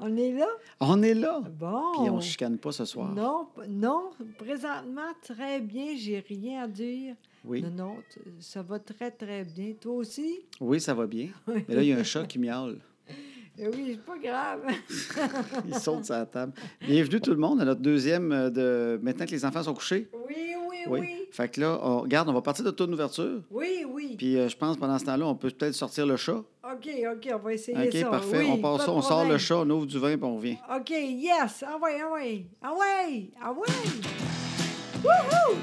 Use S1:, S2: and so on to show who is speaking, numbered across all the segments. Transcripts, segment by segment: S1: On est là?
S2: On est là.
S1: Bon.
S2: Puis on ne chicane pas ce soir.
S1: Non, p- non, présentement, très bien, j'ai rien à dire.
S2: Oui.
S1: Non, non, t- ça va très, très bien. Toi aussi?
S2: oui, ça va bien. Mais là, il y a un chat qui miaule.
S1: Eh oui, c'est pas grave.
S2: Il saute sur la table. Bienvenue tout le monde à notre deuxième euh, de maintenant que les enfants sont couchés.
S1: Oui, oui, Eh oui.
S2: Fait que là, on... regarde, on va partir de tour d'ouverture.
S1: Oui, oui.
S2: Puis euh, je pense pendant ce temps-là, on peut peut-être sortir le chat.
S1: OK, OK, on va essayer
S2: OK,
S1: ça.
S2: parfait.
S1: Oui,
S2: on part
S1: pas de
S2: ça, on sort le
S1: problème.
S2: chat, on ouvre du vin, puis on revient.
S1: OK, yes. Ah ouais, ah ouais. Ah ouais, ah ouais. Wouhou!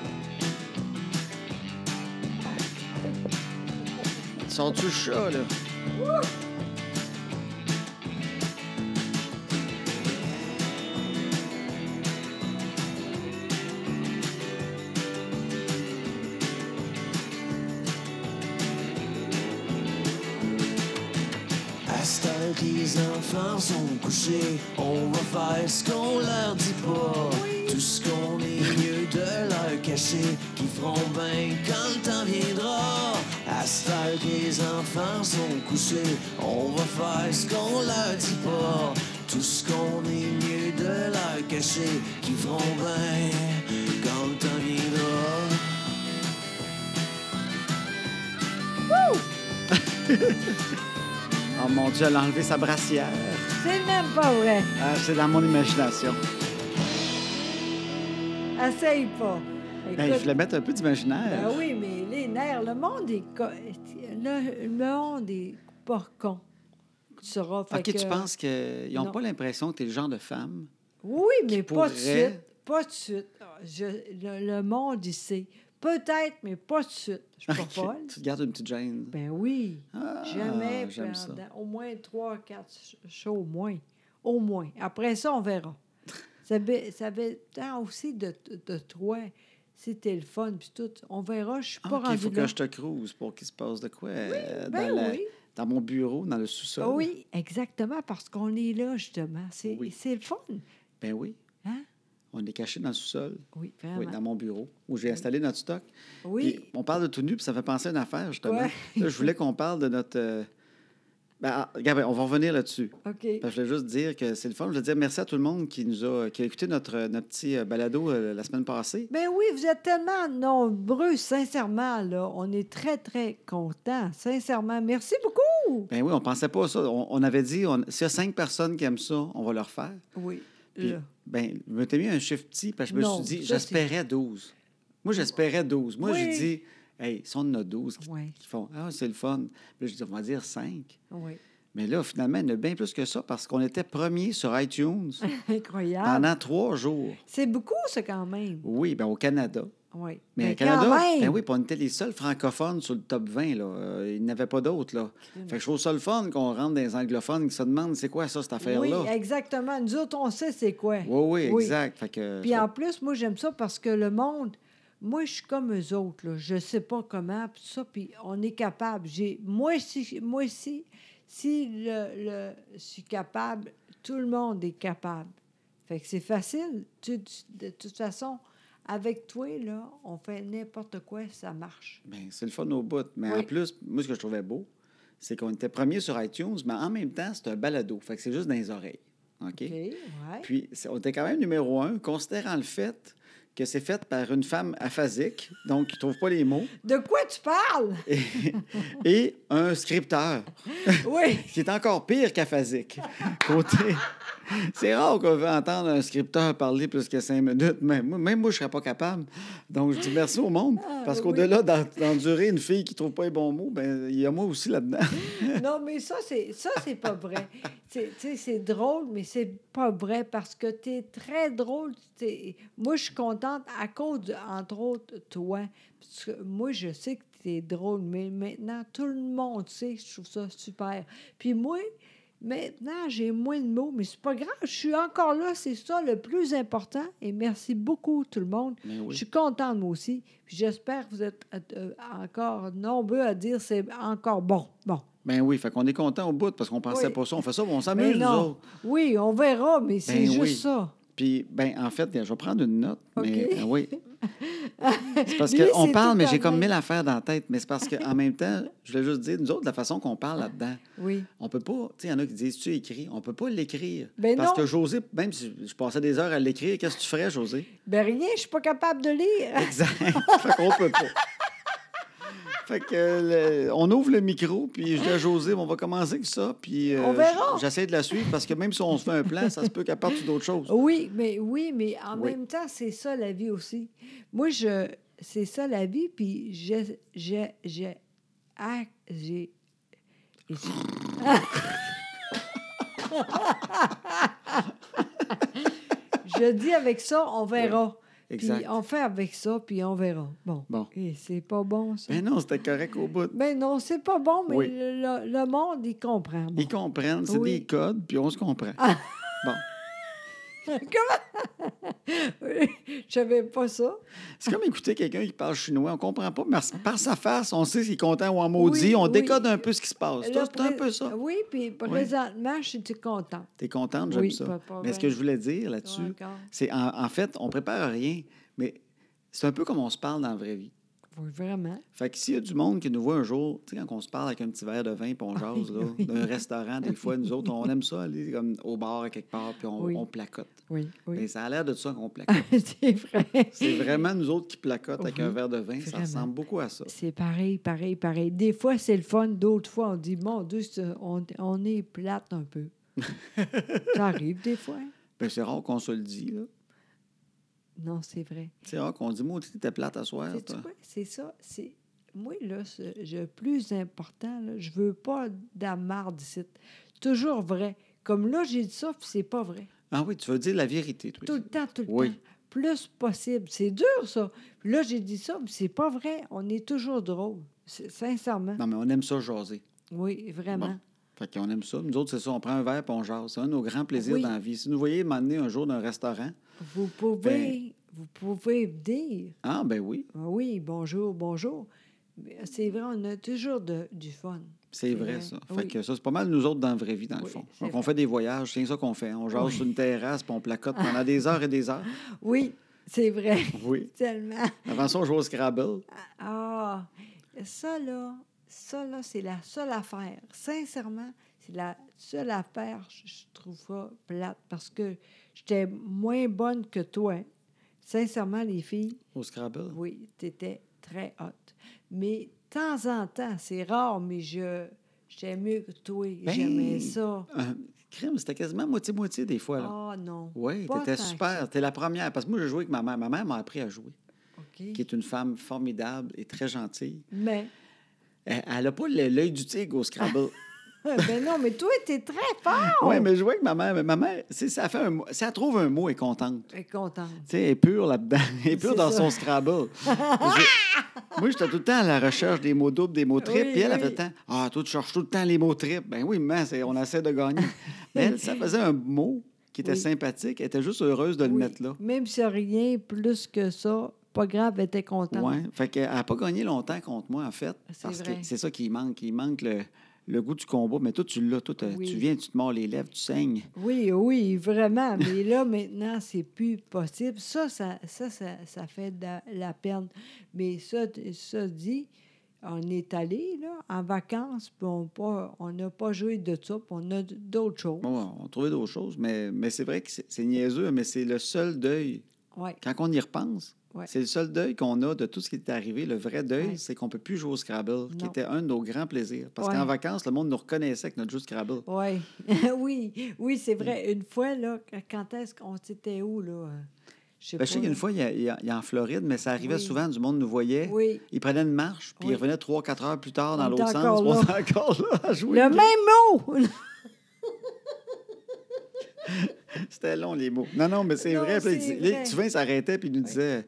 S2: Sors-tu le chat, là?
S3: À cette heure que les enfants sont couchés, on va faire ce qu'on leur dit pas. Tout ce qu'on est mieux de leur cacher, qu'ils feront bien quand le temps viendra. À cette heure que les enfants sont couchés, on va faire ce qu'on leur dit pas. Tout ce qu'on est mieux de leur cacher, qu'ils feront bien quand le temps viendra.
S2: Oh mon Dieu, elle a enlevé sa brassière.
S1: C'est même pas vrai.
S2: Ah, c'est dans mon imagination.
S1: Essaye pas.
S2: Ben, je
S1: Écoute,
S2: voulais mettre un peu d'imaginaire.
S1: Ben oui, mais les nerfs, le monde est co- le, le monde est pas con. Tu sauras. fait
S2: OK, tu
S1: que-
S2: penses qu'ils n'ont
S1: non.
S2: pas l'impression que tu es le genre de femme?
S1: Oui, mais pas
S2: pourrait-
S1: de suite. Pas de suite. Ah, Je- le, le monde, il sait. Peut-être, mais pas de suite. Je suis pas folle.
S2: tu te gardes une petite gêne.
S1: Ben oui.
S2: Ah,
S1: Jamais
S2: j'aime ça.
S1: pendant au moins trois, quatre ch- shows, au moins. Au moins. Après ça, on verra. Ça va- ça va être temps aussi de, de toi. C'était le fun, puis tout. On verra, je suis
S2: Ah,
S1: pas
S2: OK, il faut
S1: rendue là.
S2: que je te crouse pour qu'il se passe de quoi euh,
S1: ben
S2: dans, la-
S1: oui.
S2: dans mon bureau, dans le sous-sol.
S1: Ah oui, exactement, parce qu'on est là, justement. C'est
S2: Oui.
S1: c'est le fun.
S2: Ben oui.
S1: Hein?
S2: On est caché dans le sous-sol.
S1: Oui,
S2: Oui,
S1: vraiment.
S2: dans mon bureau, où j'ai installé notre stock.
S1: Ah, Oui,
S2: Puis on parle de tout nu, puis ça fait penser à une affaire, justement.
S1: Ouais.
S2: Là, je voulais qu'on parle de notre. euh, Ben, ah, regarde, ben, on va revenir là-dessus.
S1: OK.
S2: Ben, je voulais juste dire que c'est le fun. Je voulais dire merci à tout le monde qui nous a, qui a écouté notre, euh, notre petit euh, balado euh, la semaine passée.
S1: Ben oui, vous êtes tellement nombreux, sincèrement, là. On est très, très contents, sincèrement. Merci beaucoup.
S2: Ben oui, on pensait pas à ça. On, on avait dit, on- s'il y a cinq personnes qui aiment ça, on va leur faire.
S1: Oui.
S2: Puis,
S1: là.
S2: ben, je m'étais mis un chiffre petit parce que je me
S1: Non,
S2: suis dit,
S1: ça, c'est-
S2: j'espérais 12. Moi, j'espérais 12. Moi,
S1: Oui.
S2: j'ai dit, hey, si on en a 12 qui,
S1: Ouais.
S2: qui font, ah, c'est le fun. Puis là, j'ai dit, on va dire 5.
S1: Oui.
S2: Mais là, finalement, il y en a bien plus que ça parce qu'on était premier sur iTunes
S1: Incroyable.
S2: pendant trois jours.
S1: C'est beaucoup, ça, quand même.
S2: Oui, ben au Canada.
S1: Oui.
S2: Mais
S1: Ben,
S2: au Canada,
S1: quand même.
S2: ben oui, puis on était les seuls francophones sur le top 20. Là. Euh, il n'y en avait pas d'autres. Là. Fait que je trouve ça le fun qu'on rentre dans les anglophones qui se demandent c'est quoi ça, cette
S1: Oui,
S2: affaire-là.
S1: exactement. Nous autres, on sait c'est quoi.
S2: oui, oui, exact. Fait que,
S1: Puis en plus, moi, j'aime ça parce que le monde, moi, je suis comme eux autres, là. Je sais pas comment, puis ça, puis on est capable. J'ai, moi, si, moi, si, si le, le- je suis capable, tout le monde est capable. Fait que c'est facile. Tu- tu- de toute façon, avec toi, là, on fait n'importe quoi, ça marche.
S2: Ben, c'est le fun au bout. Mais en
S1: Oui.
S2: plus, moi, ce que je trouvais beau, c'est qu'on était premier sur iTunes, mais en même temps, c'est un balado. Fait que c'est juste dans les oreilles. OK?
S1: OK? ouais.
S2: Puis, c'est- on était quand même numéro un, considérant le fait que c'est fait par une femme aphasique, donc qui trouve pas les mots,
S1: De quoi tu parles?
S2: et, et un scripteur,
S1: oui.
S2: qui est encore pire qu'aphasique. Côté... C'est rare qu'on veut entendre un scripteur parler plus que cinq minutes, mais moi, même moi, je serais pas capable. Donc, je dis merci au monde,
S1: Ah,
S2: parce
S1: ben oui.
S2: qu'au-delà d'en- d'endurer une fille qui trouve pas les bons mots, ben il y a moi aussi là-dedans.
S1: Non, mais ça, c'est ça, c'est pas vrai. C'est- Tu sais, c'est drôle, mais c'est pas vrai parce que tu es très drôle. T'es- Moi, je suis contente à cause, de- entre autres, toi. Parce que moi, je sais que tu es drôle, mais maintenant, tout le monde sait. Je trouve ça super. Puis moi, maintenant, j'ai moins de mots, mais c'est pas grave. Je suis encore là. C'est ça le plus important. Et merci beaucoup, tout le monde.
S2: Mais oui.
S1: Je suis contente, moi aussi. Puis j'espère que vous êtes euh, encore nombreux à dire c'est encore bon. Bon.
S2: Ben oui, fait qu'on est content au bout, parce qu'on pensait
S1: Oui.
S2: pas ça. On fait ça, on
S1: Mais
S2: s'amuse, nous
S1: non.
S2: autres.
S1: Oui, on verra, mais c'est
S2: Ben
S1: juste
S2: oui.
S1: ça.
S2: Puis, ben, en fait, je vais prendre une note. Mais
S1: OK.
S2: euh, oui. C'est parce
S1: Lui,
S2: qu'on
S1: c'est
S2: parle,
S1: tout
S2: mais j'ai
S1: en
S2: comme
S1: même.
S2: mille affaires dans la tête. Mais c'est parce qu'en même temps, je voulais juste dire, nous autres, la façon qu'on parle là-dedans,
S1: Oui.
S2: on peut pas. Tu sais, il y en a qui disent, tu écris. On peut pas l'écrire.
S1: Ben
S2: parce
S1: non.
S2: que José, même si je passais des heures à l'écrire, qu'est-ce que tu ferais, José?
S1: Ben rien, je suis pas capable de lire.
S2: Exact. fait qu'on peut pas. Fait que euh, le- on ouvre le micro, puis je dis à José, on va commencer avec ça, puis euh,
S1: On verra.
S2: j- j'essaie de la suivre parce que même si on se fait un plan, ça se peut qu'elle parte sur d'autres choses.
S1: Oui, mais oui, mais en
S2: Oui.
S1: même temps, c'est ça la vie aussi. Moi, je c'est ça la vie, puis j'ai j'ai j'ai ah, j'ai Je dis avec ça, on verra. Puis
S2: Exact.
S1: on fait avec ça, puis on verra. Bon.
S2: Bon.
S1: Et c'est pas bon, ça.
S2: Mais non, c'était correct au bout.
S1: Mais Ben non, c'est pas bon, mais
S2: Oui.
S1: le, le monde, il comprend. Bon.
S2: Ils comprennent, c'est
S1: Oui. Ah.
S2: des codes, puis on se comprend. Bon,
S1: Je savais pas ça.
S2: c'est comme écouter quelqu'un qui parle chinois, on comprend pas, mais par sa face, on sait s'il est content ou en maudit,
S1: Oui,
S2: on
S1: oui.
S2: décode un peu ce qui se passe.
S1: Là,
S2: C'est
S1: pré-
S2: un
S1: Ah
S2: peu ça.
S1: Oui, puis présentement, je suis contente.
S2: T'es contente, j'aime
S1: Oui,
S2: ça.
S1: pas- pas
S2: mais ce
S1: bien.
S2: que je voulais dire là-dessus,
S1: Encore.
S2: c'est en, en fait, on prépare rien, mais c'est un peu comme on se parle dans la vraie vie.
S1: Oui, vraiment.
S2: Fait que s'il y a du monde qui nous voit un jour, tu sais, quand on se parle avec un petit verre de vin, puis
S1: Ah,
S2: on jase, là, d'un restaurant, des fois, nous autres, on aime ça, aller comme au bar à quelque part, puis on,
S1: Oui.
S2: on placote.
S1: Oui,
S2: Mais
S1: oui.
S2: ça a l'air de ça qu'on placote.
S1: c'est vrai.
S2: C'est vraiment nous autres qui placotent avec
S1: Oui,
S2: un verre de vin. Ça
S1: vraiment.
S2: ressemble beaucoup à ça.
S1: C'est pareil, pareil, pareil. Des fois, c'est le fun. D'autres fois, on dit, mon Dieu, c'est- on, on est plate un peu. ça arrive des fois. hein?
S2: Ben, c'est rare qu'on se le dit, là.
S1: Non, c'est vrai.
S2: C'est rare qu'on dit, moi, tu t'es plate à soir.
S1: Sais-tu
S2: toi.
S1: quoi? C'est ça. C'est... Moi, là, ce- je- le plus important, là, je veux pas d'amarde ici. Toujours vrai. Comme là, j'ai dit ça, puis c'est pas vrai.
S2: Ah oui, tu veux dire la vérité, toi.
S1: Tout le temps, tout le
S2: Oui.
S1: temps. Plus possible. C'est dur, ça. Puis là, j'ai dit ça, mais c'est pas vrai. On est toujours drôle. C'est- Sincèrement.
S2: Non, mais on aime ça jaser.
S1: Oui, vraiment.
S2: Fait qu'on aime ça. Nous autres, c'est ça, on prend un verre puis on jase. C'est un de nos grands plaisirs
S1: Oui.
S2: dans la vie. Si nous voyez m'amener un jour d'un restaurant,
S1: Vous
S2: Ben,
S1: pouvez vous pouvez me dire
S2: ah ben oui,
S1: Ah oui, bonjour, bonjour. Mais C'est vrai, on a toujours de- du fun.
S2: c'est
S1: C'est
S2: vrai,
S1: vrai.
S2: ça.
S1: Oui.
S2: Fait que ça, c'est pas mal nous autres dans la vraie vie, dans le
S1: Oui,
S2: fond.
S1: c'est
S2: Fait qu'on
S1: vrai.
S2: fait des voyages, c'est ça qu'on fait. On jase sur une terrasse puis on placote pendant des heures et des heures.
S1: Oui, c'est vrai.
S2: Oui.
S1: Tellement.
S2: Avant ça, on joue au Scrabble.
S1: Ah, ça là, ça là, c'est la seule affaire. Sincèrement, c'est la seule affaire, je je trouve ça plate parce que j'étais moins bonne que toi. Sincèrement, les filles,
S2: Au Scrabble.
S1: oui, t'étais très haute. Mais de temps en temps, c'est rare, mais je j'étais mieux que toi.
S2: Ben,
S1: J'aimais ça.
S2: Euh, crime, c'était quasiment moitié-moitié des fois. Là.
S1: Ah non.
S2: oui,
S1: pas
S2: t'étais
S1: tant que
S2: super. T'es la première. Parce que moi, j'ai joué avec ma mère. Ma mère m'a appris à jouer,
S1: OK.
S2: qui est une femme formidable et très gentille.
S1: Mais,
S2: Elle elle a pas le- l'œil du tigre au Scrabble.
S1: ben non, mais toi, t'es très fort.
S2: Oui, mais je vois que ma mère, mais ma mère, si ça fait un, mot- si elle trouve un mot, elle est contente.
S1: Je suis contente.
S2: Tu sais, elle est pure là-dedans. Elle est pure
S1: C'est
S2: dans
S1: ça.
S2: son Scrabble. Je- Moi, j'étais tout le temps à la recherche des mots doubles, des mots triples.
S1: Oui,
S2: puis elle
S1: oui.
S2: avait le temps. Ah, toi, tu cherches tout le temps les mots triples. Ben oui, mais c'est- on essaie de gagner. mais elle, ça faisait un mot qui était
S1: Oui.
S2: sympathique. Elle était juste heureuse de le
S1: Oui.
S2: mettre là.
S1: Même si rien plus que ça, pas grave, elle était contente.
S2: Ouais. Fait qu'elle n'a pas gagné longtemps contre moi, en fait.
S1: Ah, C'est
S2: Parce
S1: vrai.
S2: que c'est ça qui manque. Il manque le, le goût du combat. Mais toi, tu l'as. Toi, t'as-
S1: Oui.
S2: tu viens, tu te mords les lèvres, tu saignes.
S1: Oui, oui, vraiment. Mais là, maintenant, c'est plus possible. Ça, ça, ça, ça, ça fait de la- la peine. Mais ça, t- ça dit, on est allé là, en vacances, puis on pas- on n'a pas joué de ça, puis on a d- d'autres choses.
S2: Bon, on trouvait d'autres choses, mais, mais c'est vrai que c'est c'est niaiseux, mais c'est le seul deuil.
S1: Ouais.
S2: Quand on y repense,
S1: Ouais.
S2: c'est le seul deuil qu'on a de tout ce qui est arrivé. Le vrai deuil,
S1: Ouais.
S2: c'est qu'on ne peut plus jouer au Scrabble, qui
S1: Non.
S2: était un de nos grands plaisirs. Parce
S1: Ouais.
S2: qu'en vacances, le monde nous reconnaissait avec notre jeu au Scrabble.
S1: Ouais. oui, oui, c'est
S2: Mm.
S1: vrai. Une fois, là, quand est-ce qu'on s'était où, là? euh, sais
S2: Ben, je sais
S1: pas,
S2: qu'une
S1: là.
S2: fois, il y, a- il y a- il y a en Floride, mais ça arrivait
S1: Oui.
S2: souvent, du monde nous voyait.
S1: Oui.
S2: Ils prenaient une marche, puis
S1: Oui.
S2: ils revenaient trois, quatre heures plus tard dans
S1: On est
S2: l'autre sens.
S1: encore
S2: puis On est encore là à jouer.
S1: Le même mot!
S2: C'était long, les mots. Non, non, mais c'est
S1: Non,
S2: vrai. Puis là,
S1: c'est
S2: il dis- là,
S1: vrai.
S2: Tuvin s'arrêtait puis il nous disait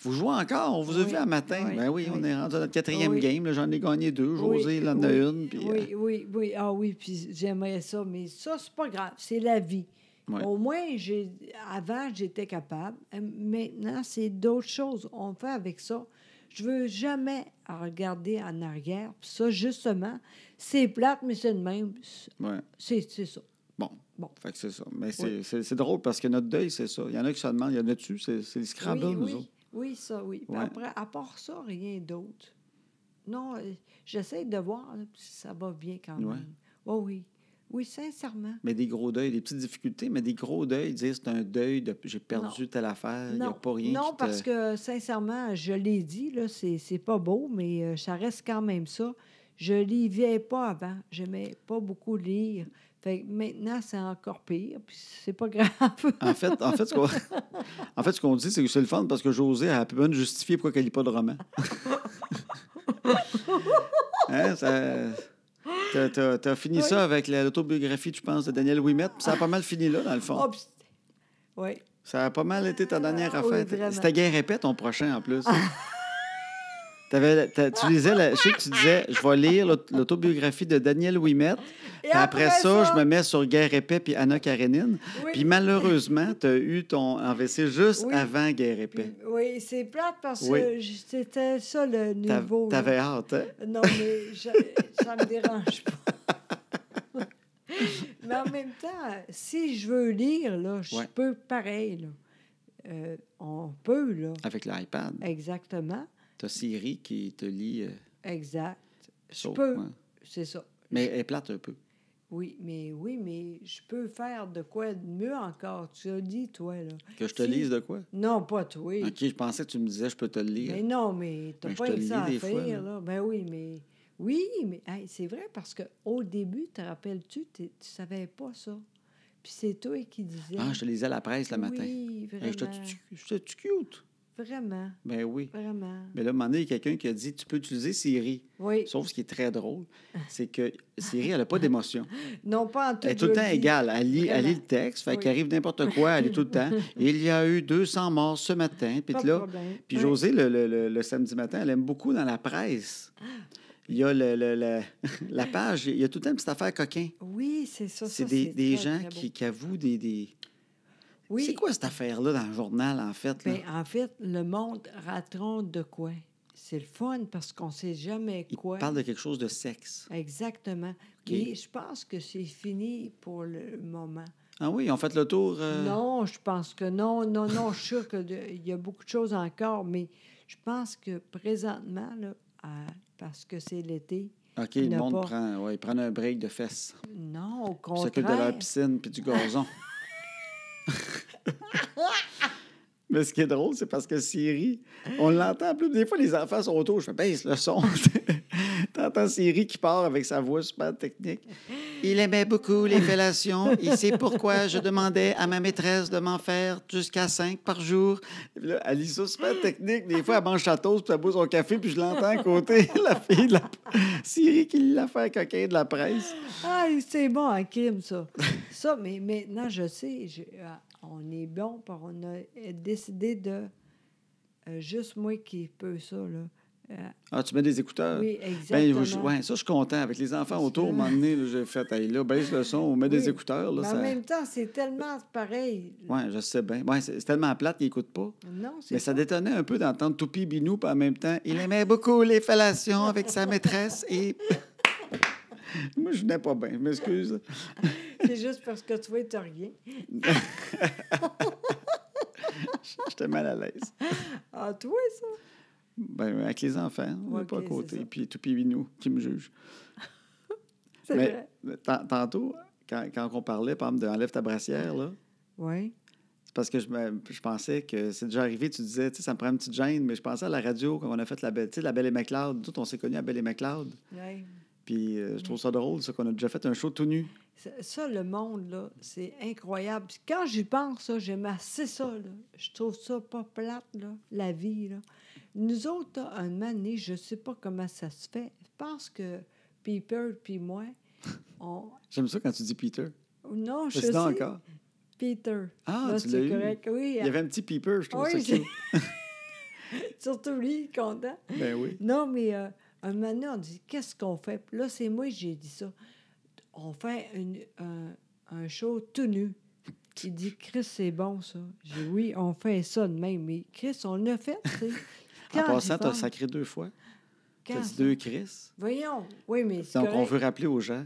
S2: Vous jouez encore On vous a
S1: Oui,
S2: vu un matin.
S1: oui,
S2: ben oui,
S1: oui.
S2: on est rendu à notre quatrième
S1: Oui.
S2: game. là. J'en ai gagné deux.
S1: Oui,
S2: José, il en a
S1: oui,
S2: une. Puis, euh,
S1: oui, oui, oui. Ah oui, puis j'aimerais ça, mais ça, c'est pas grave. C'est la vie.
S2: Ouais.
S1: Au moins, j'ai avant, j'étais capable. Euh, Maintenant, c'est d'autres choses. On fait avec ça. Je veux jamais regarder en arrière. Puis ça, justement, c'est plate, mais c'est de même. C'est-
S2: ouais.
S1: C'est c'est ça.
S2: Bon.
S1: Bon.
S2: Fait que c'est ça. Mais c'est- c'est c'est drôle parce que notre deuil, c'est ça. Il y en a qui se demandent, il y en a-tu? C'est c'est les Scrabble,
S1: oui,
S2: nous
S1: oui,
S2: autres.
S1: oui, ça, oui. Puis
S2: Ouais.
S1: Après, à part ça, rien d'autre. Non, euh, j'essaie de voir là, puis ça va bien quand même.
S2: Ouais.
S1: Oh oui. Oui, sincèrement.
S2: Mais des gros deuils, des petites difficultés, mais des gros deuils, dire c'est un deuil de j'ai perdu telle affaire, il n'y
S1: non,
S2: a pas rien
S1: non
S2: qui te-
S1: parce que sincèrement, je l'ai dit, là, c'est, c'est pas beau, mais euh, ça reste quand même ça. Je vivais pas avant. J'aimais pas beaucoup lire. Fait que maintenant, c'est encore pire, puis c'est pas grave.
S2: En fait, en fait, ce qu'on en fait, ce qu'on dit, c'est que c'est le fun parce que José a pu même justifier pourquoi elle lit pas de roman. hein, ça... T'as- T'as t'as fini
S1: Oui.
S2: ça avec la- l'autobiographie, tu penses, de Daniel Ouimet, puis ça a pas mal fini là, dans le fond.
S1: Oh, puis c'est- oui.
S2: Ça a pas mal été ta dernière
S1: Ah, oui,
S2: affaire.
S1: vraiment.
S2: C'était guerre épais, ton prochain, en plus. T'avais la- t'as- tu lisais, la- je sais que tu disais, je vais lire l'aut- l'autobiographie de Daniel Ouimet.
S1: Et
S2: Puis Après, ça, je me mets sur Guerre épais puis Anna Karenine.
S1: Oui.
S2: Puis malheureusement, tu as eu ton AVC juste
S1: Oui.
S2: avant Guerre épais.
S1: Puis- Oui, c'est plate parce que
S2: Oui.
S1: j- c'était ça le
S2: T'a-
S1: niveau. là.
S2: T'avais hâte, hein?
S1: Non, mais je- ça me dérange pas. mais en même temps, si je veux lire, là, je
S2: Ouais.
S1: peux pareil. là. Euh, on peut, là.
S2: Avec l'iPad.
S1: Exactement.
S2: T'as Siri qui te lit. euh,
S1: Exact. Je
S2: ça,
S1: peux.
S2: ouais.
S1: C'est ça.
S2: Mais elle est plate un peu.
S1: Oui, mais oui, mais je peux faire de quoi de mieux encore. Tu as dit, toi, là.
S2: Que je te
S1: Si.
S2: lise de quoi?
S1: Non, pas toi.
S2: OK, je pensais que tu me disais je peux te le lire.
S1: Mais non, mais t'as
S2: Ben, je
S1: pas
S2: te
S1: eu
S2: le
S1: ça à
S2: lis des
S1: faire,
S2: fois,
S1: là.
S2: là.
S1: Ben oui, mais... Oui, mais hey, c'est vrai parce qu'au début, te rappelles-tu, t'es- tu savais pas ça. Puis c'est toi qui disais...
S2: Ah, je te lisais à la presse le matin.
S1: Oui,
S2: Hey,
S1: vraiment,
S2: Je te- je te cute.
S1: vraiment,
S2: Ben oui.
S1: vraiment.
S2: Mais là, à un moment donné, il y a quelqu'un qui a dit Tu peux utiliser Siri.
S1: Oui,
S2: Sauf ce qui est très drôle, c'est que Siri, elle n'a pas d'émotion.
S1: non pas en tout
S2: Elle est tout le temps
S1: jeudi.
S2: égale. Elle lit, elle
S1: Vraiment.
S2: lit le texte, fait
S1: Oui.
S2: qu'il arrive n'importe quoi, elle lit tout le temps. Il y a eu 200 morts ce matin. Puis
S1: Pas de
S2: là,
S1: problème.
S2: puis
S1: Oui.
S2: José, le, le- le- le samedi matin, elle aime beaucoup dans la presse. Il y a le- le- le- la page, il y a tout le temps une petite affaire coquin.
S1: Oui, c'est ça, ça,
S2: C'est des, des
S1: très,
S2: gens
S1: très beau.
S2: qui, qui avouent des. des-
S1: Oui,
S2: C'est quoi cette affaire-là dans le journal, en fait? là?
S1: ben, en fait, le monde raconte de quoi. C'est le fun parce qu'on sait jamais
S2: Ils
S1: quoi.
S2: parlent de quelque chose de sexe.
S1: Exactement. Mais je pense que c'est fini pour le moment.
S2: Ah oui, on fait le tour. euh,
S1: Non, je pense que non. Non, non, je suis sûre qu'il y a beaucoup de choses encore, mais je pense que présentement, là, à- parce que c'est l'été,
S2: OK,
S1: il
S2: le
S1: n'a
S2: monde
S1: pas.
S2: prend, ouais, ils prennent un break de fesses.
S1: non, au
S2: Ils s'occupent de leur
S1: contraire.
S2: piscine puis du gazon. Mais ce qui est drôle, c'est parce que Siri, on l'entend plus. Des fois, les enfants sont autour. Je fais baisse le son. T'entends Siri qui part avec sa voix super technique. Il aimait beaucoup les fellations. Et c'est pourquoi je demandais à ma maîtresse de m'en faire jusqu'à cinq par jour. Puis là, elle lit ça super technique. Des fois, elle mange sa toast, puis elle boit son café, puis je l'entends à côté. La fille de la... Siri qui lit l'affaire coquin de la presse.
S1: Ah, c'est bon un crime, ça. ça, mais maintenant, je sais, je- ah, on est bon, par on a euh, décidé de. euh, juste moi qui peux ça, là. Euh,
S2: Ah, tu mets des écouteurs?
S1: oui,
S2: Ben,
S1: exactement.
S2: je- ouais, ça, je suis content. Avec les enfants autour, à un moment donné, là, j'ai fait, hey, là, baisse le son, on met
S1: Oui.
S2: des écouteurs. Là,
S1: Mais
S2: ça-
S1: en même temps, c'est tellement pareil.
S2: Ouais, je sais bien. Ouais, c'est c'est tellement plate qu'ils n'écoutent pas.
S1: Non, c'est
S2: Mais ça détonnait un peu d'entendre Toupi Binou, puis en même temps, il aimait beaucoup les fellations avec sa maîtresse et. Moi, je venais pas bien, je m'excuse.
S1: C'est juste parce que tu vois, t'as rien.
S2: J'étais mal à l'aise.
S1: Ah, toi, ça?
S2: Ben, avec les enfants, on n'est
S1: Ok,
S2: pas à
S1: c'est
S2: côté.
S1: ça.
S2: Puis Toupi Binou qui me juge.
S1: C'est
S2: Mais
S1: vrai.
S2: tan- tantôt, quand, quand on parlait, par exemple, de Enlève ta brassière, là.
S1: Oui.
S2: C'est parce que je, me- je pensais que c'est déjà arrivé, tu disais, tu sais, ça me prend une petite gêne, mais je pensais à la radio quand on a fait la belle, tu sais, la Belle et McLeod. Nous autres, on s'est connus à Belle et McLeod.
S1: oui.
S2: Puis euh, je trouve ça drôle, ça, qu'on a déjà fait un show tout nu.
S1: Ça, ça, le monde, là, c'est incroyable. Puis Quand j'y pense, ça, j'aime assez ça, là. Je trouve ça pas plate, là, la vie, là. Nous autres, là, un moment donné, je sais pas comment ça se fait. Je pense que Peter puis moi, on...
S2: J'aime ça quand tu dis Peter.
S1: Non, je
S2: C'est
S1: sais.
S2: ça encore.
S1: Peter.
S2: Ah,
S1: Là,
S2: tu l'as
S1: c'est
S2: eu.
S1: correct. Oui,
S2: Il y avait un petit Peeper, je trouve
S1: Oui,
S2: ça cute.
S1: surtout lui, content.
S2: Ben oui.
S1: Non, mais euh, un moment donné, on dit qu'est-ce qu'on fait? Puis là, c'est moi, j'ai dit ça. On fait une- un, un show tout nu. Il dit, Chris, c'est bon, ça. J'ai dit, oui, on fait ça de même. Mais Chris, on l'a fait, tu sais.
S2: En
S1: Quand
S2: passant,
S1: j'y
S2: t'as
S1: pense,
S2: sacré deux fois.
S1: quand
S2: T'as dit
S1: ça-
S2: deux Chris.
S1: Voyons. Oui, mais c'est
S2: Donc, on
S1: correct.
S2: veut rappeler aux gens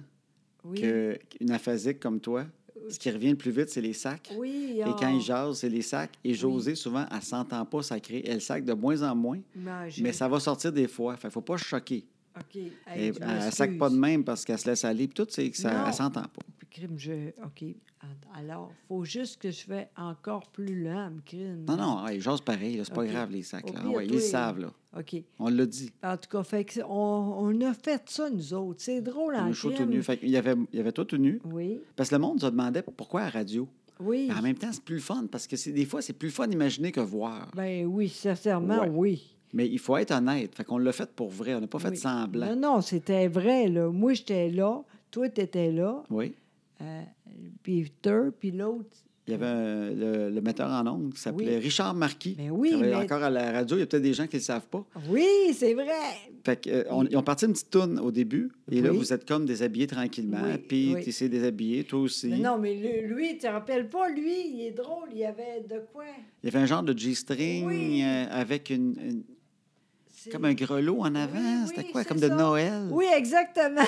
S1: Oui.
S2: que- qu'une aphasique comme toi, ce qui revient le plus vite, c'est les sacs.
S1: Oui. oh.
S2: Et
S1: on-
S2: quand ils jasent, c'est les sacs. Et Josée, souvent, elle s'entend pas sacrer. Elle sac de moins en moins,
S1: Manger.
S2: mais ça va sortir des fois. Fait faut pas se choquer.
S1: OK. Hey,
S2: Et euh,
S1: tu
S2: elle ne ben, sac pas de
S1: m'excuses.
S2: même parce qu'elle se laisse aller. Puis tout, c'est que ça,
S1: Non.
S2: elle s'entend pas.
S1: Puis, crime, je... OK. Att- Alors, faut juste que je fais encore plus lent, me crime.
S2: Non, non, ils jasent pareil. là, C'est pas
S1: Ok.
S2: grave, les sacs.
S1: Au
S2: là.
S1: pire,
S2: Ouais, ils
S1: toi,
S2: le savent. Là.
S1: OK.
S2: On l'a dit.
S1: En tout cas, fait que c'est- on, on a fait ça, nous autres. C'est drôle, hein, en
S2: Un show tout
S1: crime.
S2: nu. Fait qu'il y avait, il y avait tout tout nu.
S1: Oui.
S2: Parce que le monde se demandait pourquoi à radio.
S1: Oui.
S2: Mais en même temps, c'est plus le fun parce que c'est- des fois, c'est plus le fun d'imaginer que voir.
S1: Ben oui, sincèrement,
S2: Ouais.
S1: oui.
S2: Mais il faut être honnête. Fait qu'on l'a fait pour vrai. On n'a pas fait
S1: Oui.
S2: semblant.
S1: Non, non, c'était vrai, là. Moi, j'étais là. Toi, t'étais là.
S2: Oui.
S1: euh, puis Peter, puis l'autre.
S2: Il y avait un- le, le metteur en ondes qui s'appelait
S1: Oui.
S2: Richard Marquis.
S1: Ben oui,
S2: qui travaillait
S1: mais-
S2: encore à la radio. Il y a peut-être des gens qui ne le savent pas.
S1: Oui, c'est vrai.
S2: Fait que, euh, on- ils ont parti une petite toune au début. Et là,
S1: Oui.
S2: vous êtes comme déshabillés tranquillement.
S1: Oui,
S2: Puis
S1: oui.
S2: tu sais déshabillé, toi aussi.
S1: Mais non, mais lui, lui, tu te rappelles pas, lui, il est drôle. Il y avait de quoi?
S2: Il y avait un genre de G-string
S1: Oui.
S2: euh, avec une, une-
S1: C'est-
S2: comme un grelot en avant.
S1: oui,
S2: C'était quoi?
S1: c'est
S2: Comme de
S1: ça.
S2: Noël.
S1: Oui, exactement.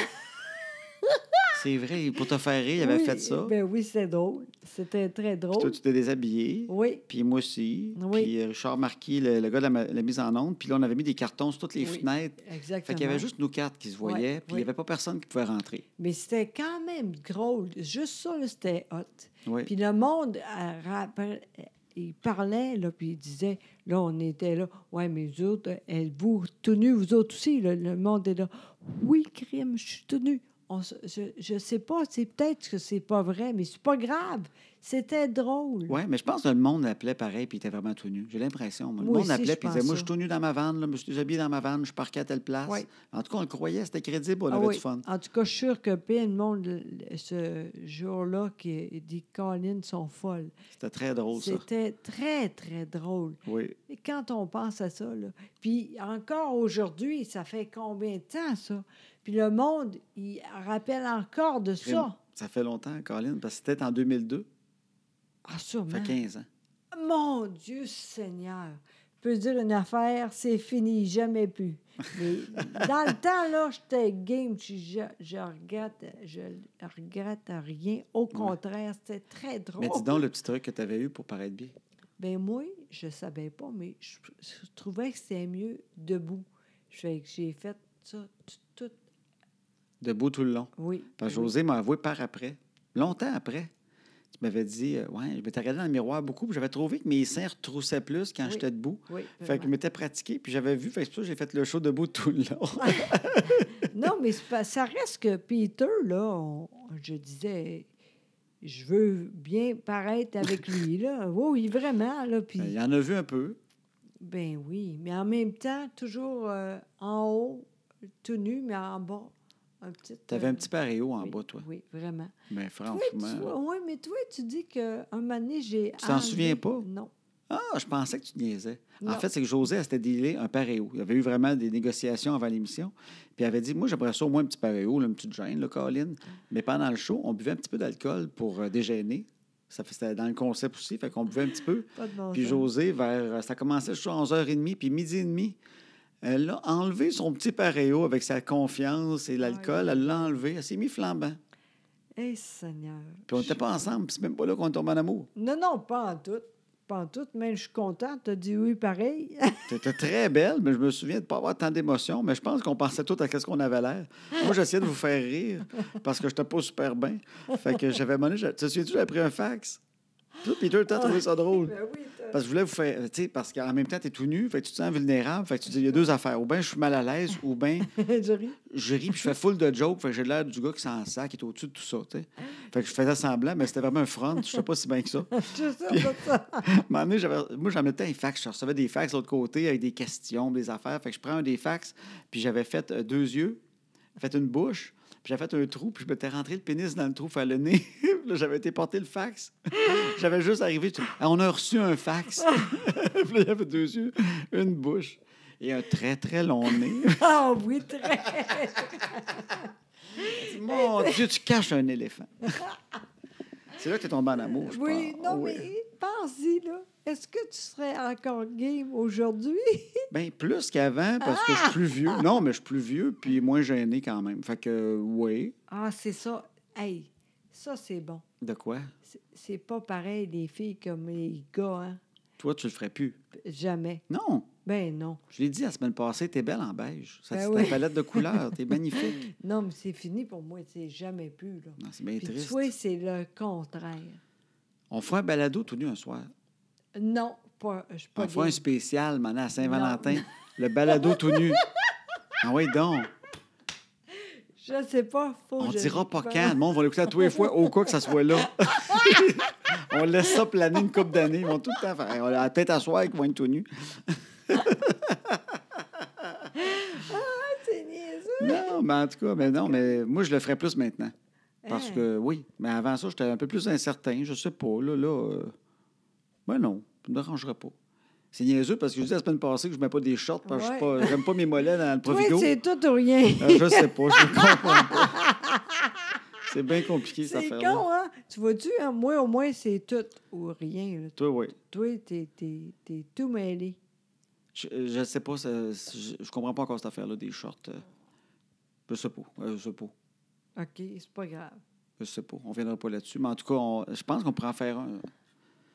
S2: C'est vrai. Pour te faire rire, il avait
S1: Oui,
S2: fait ça.
S1: Ben oui, c'était drôle. C'était très
S2: Puis toi,
S1: drôle.
S2: tu t'es déshabillé.
S1: Oui.
S2: Puis moi aussi.
S1: Oui.
S2: Puis euh, Richard Marquis, le, le gars de la, ma- la mise en onde. Puis là, on avait mis des cartons sur toutes les
S1: Oui,
S2: fenêtres.
S1: Exactement.
S2: Fait qu'il y avait juste nous quatre qui se voyaient. puis il n'y
S1: oui.
S2: avait pas personne qui pouvait rentrer.
S1: Mais c'était quand même drôle. Juste ça, là, c'était hot.
S2: Oui.
S1: Puis le monde, euh, rappel- euh, il parlait, là, puis il disait, là, on était là, ouais, mais vous autres, euh, êtes vous, tout nus, vous autres aussi, là, le monde est là. Oui, crime, je suis tout nu. On se- je- je sais pas, c'est peut-être que c'est pas vrai, mais c'est pas grave. C'était drôle.
S2: Oui, mais je pense que le monde l'appelait pareil, puis il était vraiment tout nu. J'ai l'impression. moi. Le
S1: Moi
S2: monde
S1: aussi,
S2: l'appelait,
S1: je
S2: puis il disait
S1: pense
S2: Moi, je
S1: ça.
S2: suis tout nu dans ma vanne, là, je me suis déshabillé dans ma vanne, je parquais à telle place.
S1: Ouais.
S2: En tout cas, on le croyait, c'était crédible, on
S1: Ah
S2: avait
S1: oui.
S2: du fun.
S1: En tout cas, je suis sûre que bien le monde, le- ce jour-là, qui il dit Colin sont folles.
S2: C'était très drôle, ça.
S1: C'était très, très drôle.
S2: Oui.
S1: Et quand on pense à ça, là, puis encore aujourd'hui, ça fait combien de temps, ça? Puis le monde, il rappelle encore de
S2: Crime.
S1: ça.
S2: Ça fait longtemps, Colin, parce que c'était en 2002.
S1: Ah,
S2: Ça
S1: sûrement.
S2: fait 15 ans.
S1: Mon Dieu Seigneur! Je peux dire une affaire, c'est fini, jamais plus. Mais dans le temps, là, j'étais game, je, je, je regrette, je regrette rien. Au contraire, c'était très drôle.
S2: Mais dis donc le petit truc que tu avais eu pour paraître bien.
S1: Ben moi, je savais pas, mais je, je trouvais que c'était mieux debout. Fait que J'ai fait ça tout, tout-
S2: Debout tout le long.
S1: oui.
S2: Parce que
S1: Ben oui.
S2: José m'a avoué par après, longtemps après. Tu m'avais dit, euh, ouais, je m'étais regardé dans le miroir beaucoup, puis j'avais trouvé que mes seins retroussaient plus quand
S1: Oui. Ben
S2: j'étais debout.
S1: Oui,
S2: Fait que je
S1: vraiment.
S2: m'étais pratiqué, puis j'avais vu, fait que c'est pour ça que j'ai fait le show debout tout le long.
S1: Non, mais c'est pas- ça reste que Peter, là, on- je disais, je veux bien paraître avec lui, là. Oui, vraiment, là. Puis,
S2: Euh, Il en a vu un peu.
S1: ben oui, mais en même temps, toujours euh, en haut, tout nu, mais en bas. Un petit.
S2: Tu avais un
S1: euh,
S2: petit paréo en
S1: oui,
S2: bas, toi.
S1: Oui, vraiment.
S2: Mais
S1: Oui, tu vois,
S2: franchement.
S1: oui, mais toi, tu dis qu'un moment donné, j'ai.
S2: Tu t'en
S1: enlevé-
S2: souviens pas?
S1: Non.
S2: Ah, je pensais que tu niaisais. En
S1: Non.
S2: fait, c'est que José, elle s'était dealé un paréo. Il y avait eu vraiment des négociations avant l'émission. Puis elle avait dit Moi, j'aimerais ça au moins un petit paréo, là, une petite gêne, là, Colin. Mais pendant le show, on buvait un petit peu d'alcool pour euh, déjeuner. Ça fait- C'était dans le concept aussi, fait qu'on buvait un petit peu.
S1: Pas de bon
S2: Puis
S1: sens.
S2: José, vers, euh, ça commençait le show à 11h30, puis midi et demi, elle a enlevé son petit paréo avec sa confiance et l'alcool. Elle l'a enlevé. Elle s'est mis flambant.
S1: Hey, Eh, Seigneur.
S2: Puis on n'était pas ensemble. puis c'est même pas là qu'on tombe en amour.
S1: Non, non, pas en tout. Pas en tout, mais je suis contente. Tu as dit oui pareil.
S2: T'étais très belle, mais je me souviens de ne pas avoir tant d'émotions. Mais je pense qu'on pensait tout à ce qu'on avait l'air. Moi, j'essayais de vous faire rire parce que je n'étais pas super bien. Fait que j'avais mené. Tu te souviens-tu, j'avais pris un fax? Puis Peter, t'as trouvé ça drôle.
S1: Ben oui, t'as-
S2: Parce que je voulais vous faire. Tu sais, parce qu'en même temps, t'es tout nu, fait que tu te sens vulnérable. Fait que tu dis, il y a deux affaires. Ou bien je suis mal à l'aise, ou bien
S1: Je ris.
S2: je ris, puis je fais full de jokes. Fait que j'ai l'air du gars qui s'en sac, qui est au-dessus de tout ça, tu sais. Fait que je faisais semblant, mais c'était vraiment un front. Je sais pas si bien que ça.
S1: Je suis sûre de ça.
S2: À un moment donné, j'avais- moi, j'en mettais un fax. Je recevais des fax de l'autre côté avec des questions, des affaires. Fait que je prends un des fax, puis j'avais fait euh, deux yeux, fait une bouche, puis j'avais fait un trou, puis je m'étais rentré le pénis dans le trou, fait le nez. Puis là, j'avais été porter le fax. j'avais juste arrivé. je dis, Ah, on a reçu un fax. puis là, il y avait deux yeux, une bouche et un très, très long nez.
S1: Ah oui, très.
S2: Mon Dieu, tu caches un éléphant. C'est là que tu es tombé en amour, je
S1: Oui,
S2: pense. Ah
S1: non,
S2: Ouais.
S1: mais pense-y, là. Est-ce que tu serais encore game aujourd'hui?
S2: Bien, Ben, plus qu'avant, parce que je suis plus
S1: Ah!
S2: vieux. Non, mais je suis plus vieux, puis moins gêné quand même. Fait que, euh, oui.
S1: Ah, c'est ça. Hey, ça, c'est bon.
S2: De quoi?
S1: C'est- C'est pas pareil, les filles comme les gars, hein?
S2: Toi, tu le ferais plus.
S1: Jamais.
S2: Non.
S1: Ben non.
S2: Je l'ai dit la semaine passée, t'es belle en beige. Ça,
S1: Ben
S2: c'est
S1: oui.
S2: ta palette de couleurs. T'es magnifique.
S1: Non, mais c'est fini pour moi. C'est jamais plus, là.
S2: Non, c'est bien
S1: Puis
S2: triste.
S1: toi, c'est le contraire.
S2: On fera un balado tout nu un soir.
S1: Non, pas, je suis pas
S2: On fera un
S1: game.
S2: spécial, m'en aller à Saint-Valentin. Le balado tout nu. Ah oui, donc.
S1: Je sais pas. Faut
S2: On
S1: que Oh, je-
S2: dira pas quand. Le monde va l'écouter à tous les fois, au cas que ça soit là. on laisse ça planer une couple d'années. Ils vont tout le temps faire. Hey, On a la tête à soir qu'ils vont être tout nus.
S1: C'est niaiseux.
S2: Non, mais en tout cas, mais non, mais moi, je le ferais plus maintenant. Parce
S1: Hein.
S2: que, oui, mais avant ça, j'étais un peu plus incertain. Je sais pas, là, là. euh, Ben non, ça me dérangerait pas. C'est niaiseux parce que je dis la semaine passée que je mets pas des shorts parce que je suis
S1: Ouais.
S2: pas- j'aime pas mes mollets dans le
S1: Toi,
S2: provigo.
S1: c'est tout ou rien.
S2: Euh, je sais pas, je comprends pas. C'est bien compliqué, cette
S1: C'est
S2: affaire-là.
S1: con, hein? Tu vois-tu, hein? moi, au moins, c'est tout ou rien. là.
S2: Toi, oui.
S1: Toi, t'es t'es- t'es tout mêlé.
S2: Je, je sais pas, ça- je, je comprends pas encore cette affaire-là des shorts. euh. Je sais pas, euh, je sais pas,
S1: OK, c'est pas grave.
S2: je sais pas. On viendra pas là-dessus, mais en tout cas, on- je pense qu'on pourrait en faire un.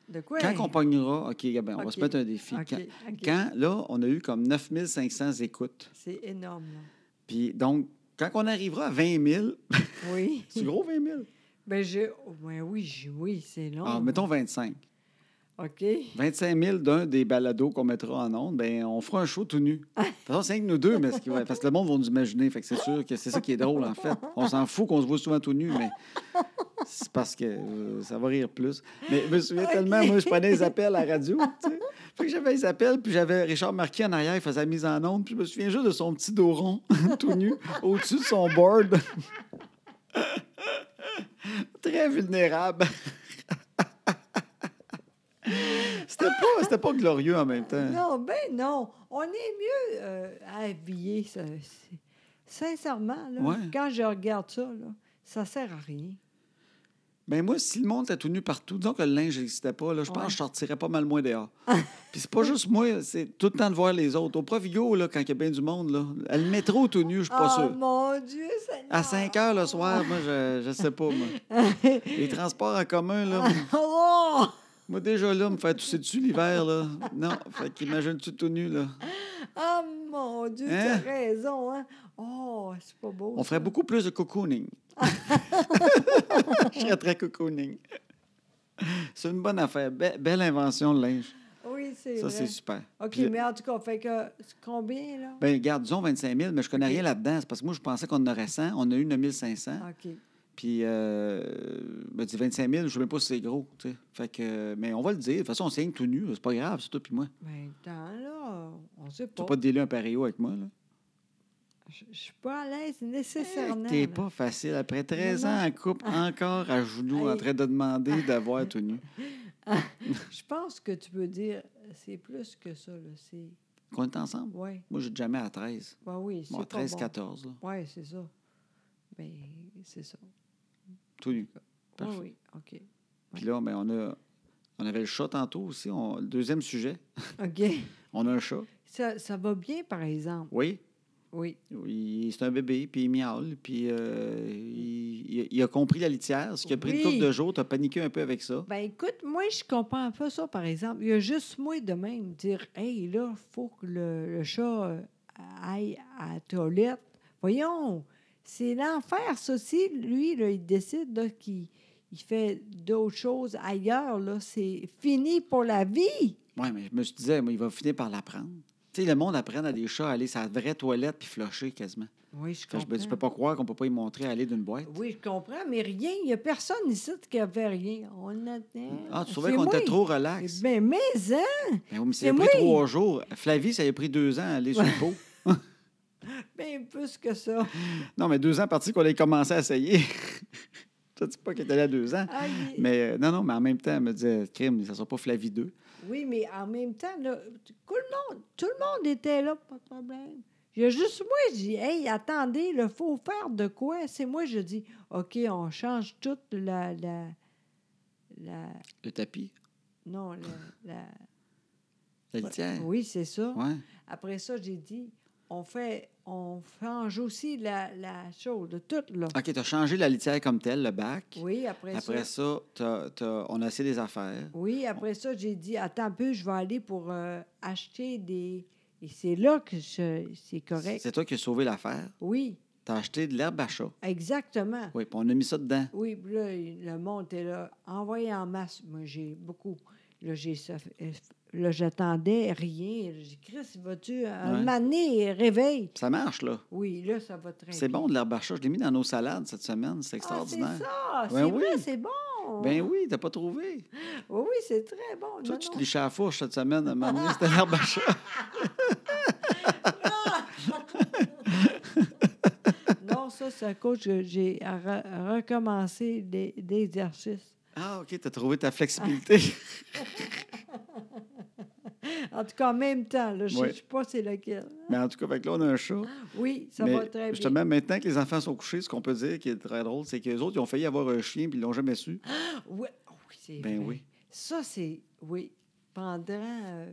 S1: De quoi?
S2: Quand on pognera, OK, Gabin, on va
S1: OK.
S2: se mettre un défi.
S1: OK,
S2: Quand,
S1: OK.
S2: quand, là, on a eu comme 9500 écoutes.
S1: C'est énorme, là.
S2: Puis donc, quand on arrivera à 20 000,
S1: Oui.
S2: c'est gros 20 000?
S1: ben, je... oh, ben oui, je- oui, c'est long.
S2: Alors, Ah, mettons Euh. 25.
S1: OK.
S2: 25 000 d'un des balados qu'on mettra en ondes, ben on fera un show tout nu.
S1: Ah.
S2: De toute façon, c'est rien que nous deux, mais ce qui va- parce que le monde va nous imaginer. Fait que c'est sûr que c'est ça qui est drôle, en fait. On s'en fout qu'on se voit souvent tout nu, mais c'est parce que euh, ça va rire plus. Mais je me souviens
S1: Ok.
S2: tellement, moi, je prenais les appels à la radio. tu sais. Fait que j'avais les appels, puis j'avais Richard Marquis en arrière, il faisait la mise en ondes, puis je me souviens juste de son petit dos rond, tout nu, au-dessus de son board. Très vulnérable. C'était pas, c'était pas glorieux en même temps.
S1: Non, ben non. On est mieux euh, habillé. ça, c'est- Sincèrement, là,
S2: Ouais.
S1: quand je regarde ça, là, ça sert à rien.
S2: Ben moi, si le monde était tout nu partout, disons que le linge n'existait pas, là, je pense
S1: Ouais. Ah.
S2: que je sortirais pas mal moins dehors. Puis c'est pas juste moi, c'est tout le temps de voir les autres. Au Provigo, là, quand il y a bien du monde, là, à le métro tout nu, je suis pas
S1: oh,
S2: sûr.
S1: mon Dieu, Seigneur!
S2: À 5 heures le soir, moi, je, je sais pas, moi. Les transports en commun, là,
S1: Oh!
S2: moi, déjà là, me faire tousser dessus l'hiver, là. Non, fait qu'imagine-tu tout nu, là.
S1: Ah, mon Dieu,
S2: Hein?
S1: tu as raison, hein? Oh, c'est pas beau.
S2: On ferait
S1: ça.
S2: beaucoup plus de cocooning. je serais très cocooning. C'est une bonne affaire. Be- belle invention, le linge.
S1: Oui, c'est
S2: Ça,
S1: vrai.
S2: c'est super.
S1: OK,
S2: Puis-
S1: mais en tout cas, fait que c'est combien, là?
S2: Ben, garde, disons 25 000, mais je connais
S1: OK.
S2: rien là-dedans. C'est parce que moi, je pensais qu'on en aurait 100. On a eu 9 500.
S1: OK.
S2: Puis, euh, ben, dis 25 000, je ne sais même pas si c'est gros. tu sais. Fait que, euh, mais on va le dire. De toute façon, on saigne tout nu. C'est pas grave, c'est toi puis moi.
S1: Ben, attends, là, on sait
S2: Tu
S1: pas.
S2: n'as pas de délai un pareil avec moi. Là.
S1: Je je suis pas à l'aise nécessairement.
S2: Tu T'es
S1: là.
S2: pas facile. Après 13
S1: Non,
S2: ans
S1: non. Ah.
S2: en couple, encore à genoux, en
S1: Aïe.
S2: train de demander d'avoir tout nu.
S1: Je pense que tu peux dire, c'est plus que ça, là. C'est.
S2: Qu'on est ensemble?
S1: Oui,
S2: Moi, je jamais à 13.
S1: ben oui, c'est.
S2: Bon,
S1: pas
S2: 13,
S1: bon.
S2: 14, là.
S1: Oui, c'est ça. Ben, c'est ça.
S2: tout nu.
S1: Oui,
S2: Parfait.
S1: oui, OK.
S2: Puis là, ben, on, a, on avait le chat tantôt aussi. On- le deuxième sujet,
S1: OK.
S2: on a un chat.
S1: Ça, ça va bien, par exemple.
S2: Oui,
S1: Oui.
S2: Il- C'est un bébé, puis il miaule, puis euh, il, il- il a compris la litière. Ce qui a pris une couple
S1: Oui.
S2: de jours, tu as paniqué un peu avec ça.
S1: Ben écoute, moi, je comprends pas ça, par exemple. Il y a juste moi de même dire Hey, là, faut que le, le chat euh, aille à la toilette. Voyons, c'est l'enfer, ça. Si lui, là, il décide là, qu'il il fait d'autres choses ailleurs, là, c'est fini pour la vie.
S2: Oui, mais je me suis disais, moi, il va finir par l'apprendre. Tu sais, le monde apprend à des chats à aller sa vraie toilette puis flusher quasiment.
S1: Oui, je
S2: Fait que je
S1: comprends.
S2: me dis, je peux pas croire qu'on peut pas y montrer aller d'une boîte.
S1: Oui, je comprends, mais rien. Il n'y a personne ici qui a fait rien. On attend.
S2: Ah, tu trouvais
S1: C'est
S2: qu'on
S1: moi.
S2: était trop
S1: Eh
S2: relax.
S1: Ben, mais, hein?
S2: Ben oui, mais ça
S1: c'est
S2: a pris
S1: moi.
S2: trois jours. Flavie, ça a pris deux ans à aller sur le pot.
S1: Ben, plus que ça.
S2: Non, mais deux ans parti qu'on ait commencé à essayer. Je ne dis pas qu'elle était là à deux ans.
S1: Ah, il-
S2: Mais euh, non, non, mais en même temps, elle me disait, crime, ça ne sera pas Flavie 2.
S1: Oui, mais en même temps, là, tout le monde, tout le monde était là, pas de problème. Il y a juste moi, je dis, hey, attendez, il faut faire de quoi? C'est moi, je dis, OK, on change toute la. la, la
S2: Le tapis,
S1: non, la. la-
S2: la litière.
S1: oui, c'est ça.
S2: Ouais.
S1: Après ça, j'ai dit, on fait, on change aussi la, la chose de tout, là.
S2: OK, tu as changé la litière comme telle, le bac.
S1: Oui, après,
S2: Après
S1: ça.
S2: ça, t'as- t'as- on a essayé des affaires.
S1: Oui, après ça, j'ai dit, attends un peu, je vais aller pour euh, acheter des... Et c'est là que je- c'est correct.
S2: C'est toi qui as sauvé l'affaire.
S1: Oui,
S2: Tu as acheté de l'herbe à chat.
S1: exactement.
S2: Oui, puis on a mis ça dedans.
S1: Oui, puis là, il- le monde était là. Envoyé en masse. Moi, j'ai beaucoup. Là, j'ai ça fait- euh, Là, j'attendais rien. J'ai dit, Chris, vas-tu euh, un
S2: Ouais.
S1: mané, réveille?
S2: Ça marche, là.
S1: Oui, là, ça va très
S2: C'est
S1: bien.
S2: bon de l'herbe à chat. Je l'ai mis dans nos salades cette semaine. C'est
S1: Ah, c'est
S2: extraordinaire.
S1: ça!
S2: Ben
S1: c'est vrai,
S2: oui.
S1: c'est bon!
S2: ben oui, t'as pas trouvé.
S1: oui, oui, c'est très bon.
S2: Toi,
S1: Non, Ah,
S2: tu
S1: ben non.
S2: te lichais à la fourche cette semaine à m'amener, c'était l'herbe à chat.
S1: Non, ça, c'est à cause que j'ai re- recommencé des, des exercices.
S2: Ah, OK, t'as trouvé ta flexibilité.
S1: En tout cas, en même temps, là, je ne
S2: Ouais.
S1: sais pas c'est lequel.
S2: Mais en tout cas, avec là, on a un chat.
S1: Oui, ça
S2: Mais
S1: va très bien.
S2: justement, maintenant que les enfants sont couchés, ce qu'on peut dire qui est très drôle, c'est que les autres, ils ont failli avoir un chien puis ils l'ont jamais su.
S1: Oui, oh, oui, c'est
S2: Ben
S1: vrai.
S2: oui.
S1: Ça, c'est, oui, pendant euh,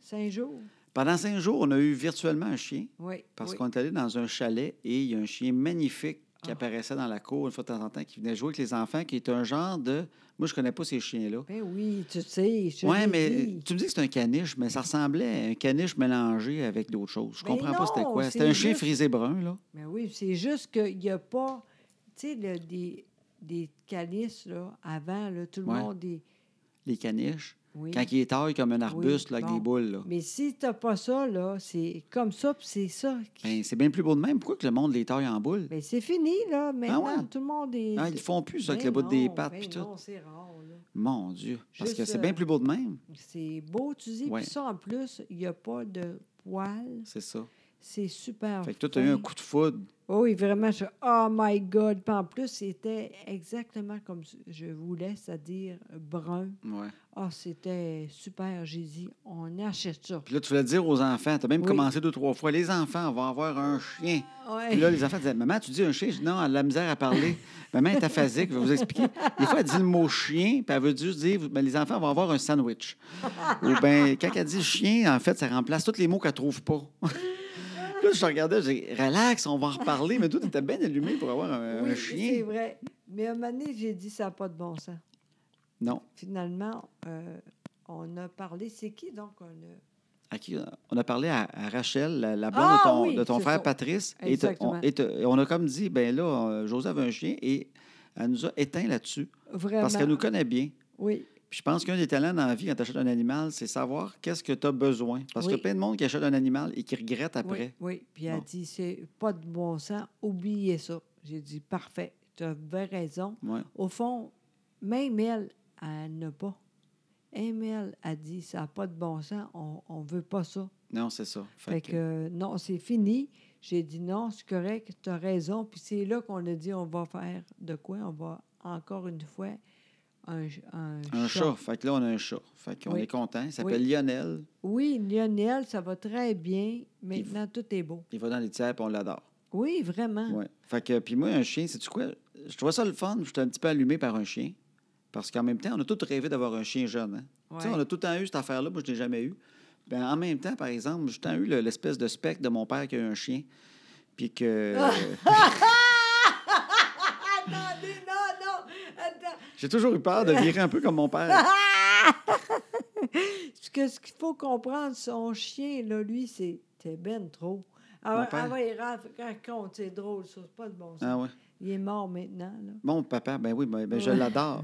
S1: cinq jours.
S2: Pendant cinq jours, on a eu virtuellement un chien
S1: Oui.
S2: parce
S1: oui.
S2: qu'on est allé dans un chalet et il y a un chien magnifique qui
S1: Ah.
S2: apparaissait dans la cour une fois de temps en temps, qui venait jouer avec les enfants, qui est un genre de... Moi, je connais pas ces chiens-là.
S1: Ben oui, tu sais, je
S2: Oui,
S1: l'ai
S2: mais euh,
S1: dit.
S2: tu me dis que c'est un caniche, mais ça ressemblait à un caniche mélangé avec d'autres choses. Je
S1: Ben
S2: comprends pas c'était
S1: non,
S2: quoi.
S1: c'est
S2: C'était un chien
S1: juste-
S2: frisé brun, là.
S1: Mais Ben oui, c'est juste qu'il n'y a pas, tu sais, le- des, des calices, là, avant, là, tout le
S2: Ouais.
S1: monde des...
S2: les caniches.
S1: Oui.
S2: Quand il est taille comme un arbuste, là, avec
S1: bon.
S2: des boules, là.
S1: Mais si tu n'as pas ça, là, c'est comme ça, puis c'est ça. Qui...
S2: Ben, c'est bien plus beau de même. Pourquoi que le monde les taille en boules?
S1: Ben, c'est fini, là, maintenant,
S2: ouais?
S1: tout le monde est...
S2: Ah, ils le font plus, ça, avec
S1: Ben
S2: le bout des
S1: non,
S2: pattes,
S1: ben
S2: puis tout.
S1: non, c'est rare, là.
S2: Mon Dieu. Parce que
S1: Juste,
S2: c'est
S1: euh,
S2: bien plus beau de même.
S1: C'est beau, tu dis.
S2: Ouais.
S1: Puis ça, en plus, il n'y a pas de poils.
S2: C'est ça.
S1: C'est super.
S2: Fait que toi, t'as eu un
S1: fin.
S2: coup de foudre.
S1: Oh, oui, vraiment, je Oh my God! Puis en plus, c'était exactement comme je voulais, c'est-à-dire brun.
S2: Ouais.
S1: Ah, c'était super. J'ai dit, on achète ça.
S2: Puis là, tu voulais dire aux enfants, t'as même
S1: Oui.
S2: commencé deux, trois fois, les enfants, on va avoir un chien.
S1: Ouais.
S2: Puis là, les enfants disaient, maman, tu dis un chien? Je dis, non, elle a de la misère à parler. maman est aphasique, je vais vous expliquer. Des fois, elle dit le mot chien, puis elle veut juste dire, ben, les enfants vont avoir un sandwich. Ou bien, quand elle dit chien, en fait, ça remplace tous les mots qu'elle trouve pas. Puis là, je te regardais, je dis, relax, on va en reparler. Mais toi, t'étais bien allumé pour avoir un, un
S1: oui, c'est
S2: chien.
S1: vrai. Mais à un moment donné, j'ai dit, ça n'a pas de bon sens.
S2: Non.
S1: Finalement, euh, on a parlé. C'est qui, donc? On a...
S2: À qui- euh, on a parlé à, à Rachel, la, la blonde
S1: Ah,
S2: de ton,
S1: oui,
S2: de ton
S1: c'est
S2: frère
S1: ça.
S2: Patrice. Et te- on,
S1: Exactement.
S2: et te- et on a comme dit, ben là, euh, Joseph a un chien et elle nous a éteint là-dessus
S1: Vraiment.
S2: parce qu'elle nous connaît bien.
S1: Oui,
S2: Puis je pense qu'un des talents dans la vie quand tu achètes un animal, c'est savoir qu'est-ce que tu as besoin. Parce
S1: Oui.
S2: qu'il y a plein de monde qui achète un animal et qui regrette
S1: oui,
S2: après.
S1: oui. Puis elle a
S2: Bon.
S1: dit, c'est pas de bon sens. Oubliez ça. J'ai dit, parfait. Tu as bien raison.
S2: Ouais.
S1: Au fond, même elle, elle n'a pas. Même elle a dit, ça n'a pas de bon sens, on ne veut pas ça.
S2: Non, c'est ça. Fait
S1: Fait
S2: que-
S1: que, euh, non, c'est fini. J'ai dit non, c'est correct, tu as raison. Puis c'est là qu'on a dit, on va faire de quoi? On va encore une fois un, ch- un
S2: Un
S1: chat.
S2: chat. Fait que là, on a un chat. Fait qu'on
S1: Oui.
S2: est content. Il s'appelle
S1: Oui.
S2: Lionel.
S1: Oui, Lionel, ça va très bien. Maintenant, tout est beau.
S2: Il va dans les tiers puis on l'adore.
S1: Oui, vraiment.
S2: Ouais. Fait que, puis moi, un chien, sais-tu quoi? Je trouvais ça le fun. J'étais un petit peu allumé par un chien. Parce qu'en même temps, on a tous rêvé d'avoir un chien jeune. hein. Tu sais,
S1: Ouais.
S2: on a tout le temps eu cette affaire-là. Moi, je ne l'ai jamais eu. Ben, en même temps, par exemple, j'ai tout le temps eu le- l'espèce de spectre de mon père qui a eu un chien. Puis que.
S1: Ah. Attendez, non, non, attends.
S2: J'ai toujours eu peur de virer un peu comme mon père.
S1: Parce que ce qu'il faut comprendre, son chien, là, lui, c'est c'est ben trop. Ah,
S2: Mon
S1: ouais,
S2: père.
S1: ah ouais, il ra- raconte, c'est drôle, ça, c'est pas de bon sens.
S2: Ah ouais.
S1: Il est mort maintenant, là.
S2: Bon, papa, ben oui, ben, ben je
S1: Ouais.
S2: l'adore.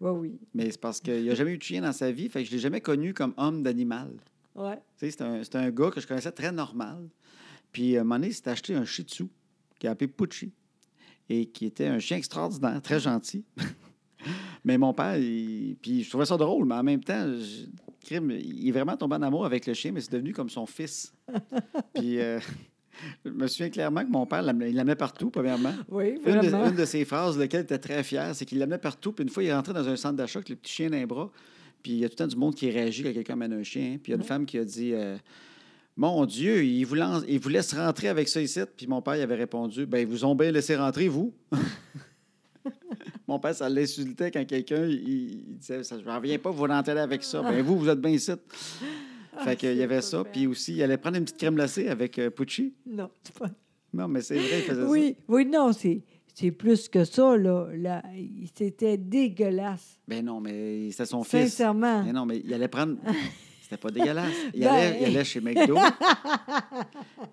S1: Oui, oui.
S2: Mais c'est parce qu'il n'a jamais eu de chien dans sa vie, fait que je l'ai jamais connu comme homme d'animal.
S1: Ouais.
S2: Tu sais, c'est un, c'est un gars que je connaissais très normal. Puis, à un moment donné, il s'est acheté un shih tzu qui est appelé Pucci et qui était un chien extraordinaire, très gentil. mais mon père, il- puis je trouvais ça drôle, mais en même temps, je- crime, il est vraiment tombé en amour avec le chien, mais c'est devenu comme son fils. puis, euh, je me souviens clairement que mon père, l'amenait- il l'amenait partout, premièrement.
S1: Oui,
S2: Une de,
S1: vraiment.
S2: une de ses phrases, de laquelle il était très fier, c'est qu'il l'amenait partout. Puis une fois, il est rentré dans un centre d'achat avec le petit chien dans les bras. Puis il y a tout le temps du monde qui réagit quand quelqu'un amène un chien. Puis il y a une femme qui a dit euh, Mon Dieu, il vous, lance- il vous laisse rentrer avec ça ici. Puis mon père il avait répondu Ben, ils vous ont bien laissé rentrer, vous. mon père, ça l'insultait quand quelqu'un il, il disait Ça, Je reviens pas, vous rentrez avec ça. Ben, vous, vous êtes bien ici. Fait qu'il
S1: Ah, c'est
S2: y avait
S1: pas
S2: ça.
S1: vrai.
S2: Puis aussi, il allait prendre une petite crème glacée avec euh, Pucci.
S1: Non, c'est pas.
S2: Non, mais c'est vrai, il faisait ça.
S1: Oui, oui, non, c'est, c'est plus que ça, là. là il- c'était dégueulasse.
S2: Ben non, mais c'était son fils.
S1: Sincèrement.
S2: Ben non, mais il allait prendre. C'était pas dégueulasse. Il,
S1: Ah. Ben-
S2: allait, il allait chez McDo.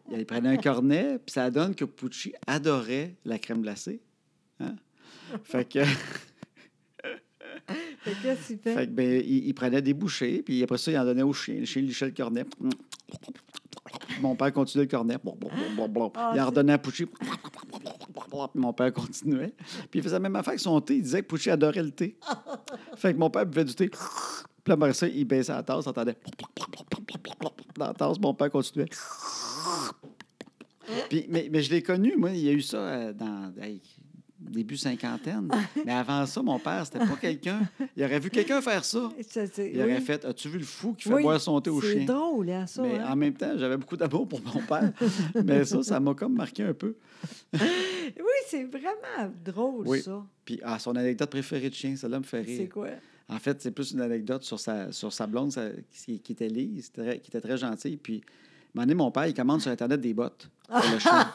S2: il allait- prenait un cornet, puis ça donne que Pucci adorait la crème glacée. Hein? Fait que,
S1: Fait que qu'est-ce que tu fais?
S2: fait que, ben, il, il prenait des bouchées, puis après ça, il en donnait au chien. Le chien lichait le cornet. Mon père continuait le cornet.
S1: Ah,
S2: il
S1: c'est-
S2: en redonnait à Pucci. Mon père continuait. Puis il faisait la même affaire avec son thé. Il disait que Pucci adorait le thé. Fait que mon père buvait du thé. Puis après ça, il baissait la tasse, entendait. Dans la tasse, mon père continuait. Puis, mais, mais je l'ai connu, moi, il y a eu ça euh, dans hey, début cinquantaine. Mais avant ça, mon père, c'était pas quelqu'un. Il aurait vu quelqu'un faire ça.
S1: Ça, c'est-
S2: Il aurait
S1: oui.
S2: fait As-tu vu le fou qui fait
S1: Oui,
S2: boire son thé au chien?
S1: C'est drôle, hein, ça.
S2: Mais
S1: hein?
S2: en même temps, j'avais beaucoup d'amour pour mon père. mais ça, ça m'a comme marqué un peu.
S1: Oui, c'est vraiment drôle,
S2: Oui.
S1: ça.
S2: Puis ah, son anecdote préférée de chien, celle-là me fait rire.
S1: C'est quoi?
S2: En fait, c'est plus une anecdote sur sa, sur sa blonde sa- qui, qui était lise, très- qui était très gentille. Puis, à un moment donné, mon père, il commande sur Internet des bottes pour le chien.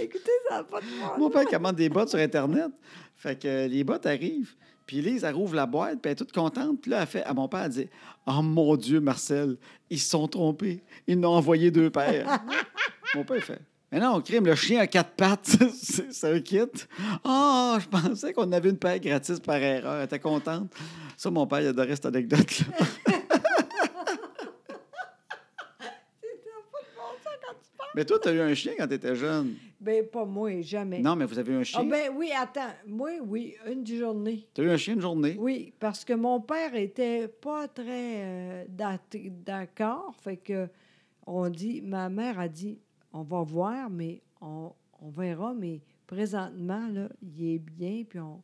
S1: Écoutez, ça n'a pas de sens.
S2: Mon père commande des bottes sur Internet. Fait que euh, les bottes arrivent. Puis Lise, elle rouvre la boîte, puis elle est toute contente. Puis là, elle fait à mon père, elle dit « Oh mon Dieu, Marcel, ils se sont trompés. Ils n'ont envoyé deux paires. » Mon père, il fait « Mais non, crime, le chien a quatre pattes. C'est c'est un kit. Ah, je pensais qu'on avait une paire gratis par erreur. Elle était contente. » Ça, mon père, il adorait cette anecdote-là. Mais toi, t'as eu un chien quand t'étais jeune.
S1: Ben, pas moi, jamais.
S2: Non, mais vous avez eu un
S1: Ah
S2: chien.
S1: ben oui, attends. Moi, oui, une journée.
S2: T'as eu un chien une journée.
S1: Oui, parce que mon père était pas très euh, d'ac- d'accord. Fait que on dit, ma mère a dit, on va voir, mais on, on verra, mais présentement, là, il est bien, puis on,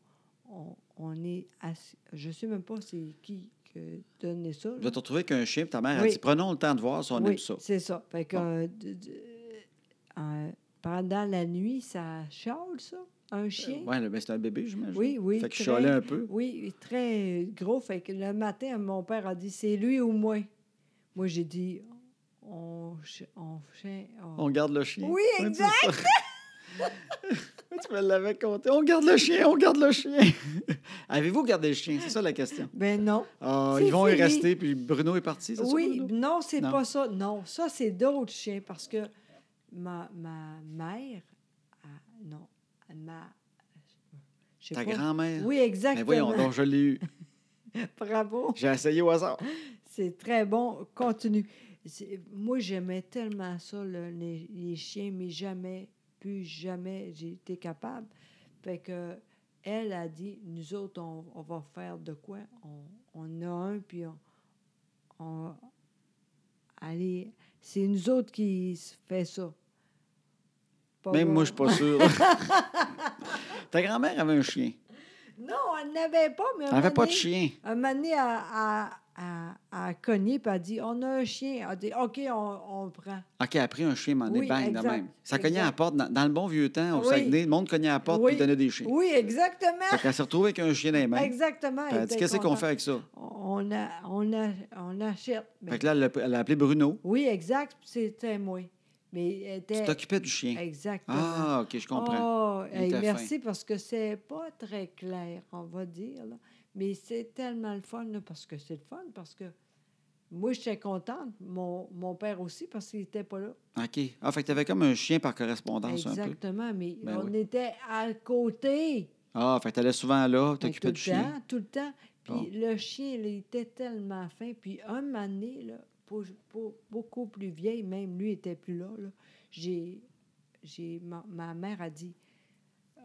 S1: on, on est assis. Je sais même pas c'est qui qui a donné ça. là.
S2: Tu vas te retrouver qu'un chien, puis ta mère a
S1: Oui.
S2: dit Prenons le temps de voir si on
S1: Oui,
S2: aime ça.
S1: C'est ça. Fait que
S2: Bon.
S1: euh, d- d- euh, pendant la nuit, ça chiale, ça? Un chien?
S2: Oui, mais ben, c'est un bébé, j'imagine.
S1: Oui, oui,
S2: Fait que je
S1: très.
S2: chialais un peu.
S1: Oui, très gros. Fait que le matin, mon père a dit c'est lui ou moi. Moi, j'ai dit on. ch- on, ch- on-
S2: On garde le chien.
S1: Oui,
S2: Ouais, c'est ça. tu me l'avais compté. On garde le chien, on garde le chien. Avez-vous gardé le chien? C'est ça la question.
S1: Ben non.
S2: Ah,
S1: C'est
S2: ils vont y
S1: fini.
S2: rester, puis Bruno est parti, c'est ça,
S1: Oui,
S2: Bruno?
S1: non, c'est
S2: Non.
S1: pas ça. Non, ça, c'est d'autres chiens parce que ma, ma mère. ah, non, ma. je sais
S2: Ta
S1: pas.
S2: grand-mère.
S1: Oui,
S2: Mais voyons
S1: exactement.
S2: donc, je l'ai eu.
S1: Bravo.
S2: J'ai essayé au hasard.
S1: C'est très bon. Continue. C'est- Moi, j'aimais tellement ça, le- les, les chiens, mais jamais, plus jamais, j'ai été capable. Fait que elle a dit, nous autres, on, on va faire de quoi? On, on a un, puis on... on- allez, c'est nous autres qui s- fait ça. Pas
S2: Même moi,
S1: moi.
S2: je suis pas sûr. Ta grand-mère avait un chien.
S1: Non, elle n'avait pas, mais... un
S2: Elle n'avait pas de
S1: moment donné-
S2: chien.
S1: Un moment donné, elle a, cogné, puis elle a dit, on a un chien. Elle a dit, OK, on, on le prend.
S2: OK, elle a pris un chien, m'en est
S1: Oui,
S2: bang, de
S1: exact,
S2: même. Ça cognait à la
S1: exact.
S2: porte. Dans, dans le bon vieux temps, au
S1: Oui.
S2: Saguenay, le monde cognait à la porte
S1: Oui.
S2: puis donnait des chiens.
S1: Oui, exactement.
S2: Fait qu'elle s'est retrouvée avec un chien dans les mains.
S1: Exactement.
S2: Puis Elle a
S1: était
S2: dit, Euh, qu'est-ce qu'on
S1: contente.
S2: fait avec ça?
S1: On, a, on, a, on achète. Mais-
S2: Fait que là, elle l'a- elle a appelé Bruno.
S1: oui, exact. puis C'était moi. Mais elle
S2: Tu
S1: était.
S2: t'occupais du chien.
S1: Ben, Exactement.
S2: Ah, OK, je comprends.
S1: Oh,
S2: Il
S1: hey,
S2: était
S1: merci parce que c'est pas très clair, on va dire. là. Mais c'est tellement le fun, là, parce que c'est le fun, parce que moi, j'étais contente. Mon, mon père aussi, parce qu'il n'était pas là.
S2: OK. Ah, fait que t'avais comme un chien par correspondance un peu.
S1: Exactement. Mais
S2: Ben
S1: on
S2: oui.
S1: était à côté.
S2: Ah, fait que t'allais souvent là,
S1: Ben, tout
S2: t'occupais
S1: le
S2: du chien.
S1: temps, tout le temps. Puis
S2: Bon.
S1: le chien, il était tellement fin. Puis un moment donné, là, pour- pour- beaucoup plus vieille, même lui était plus là, là, j'ai, j'ai, ma, ma mère a dit,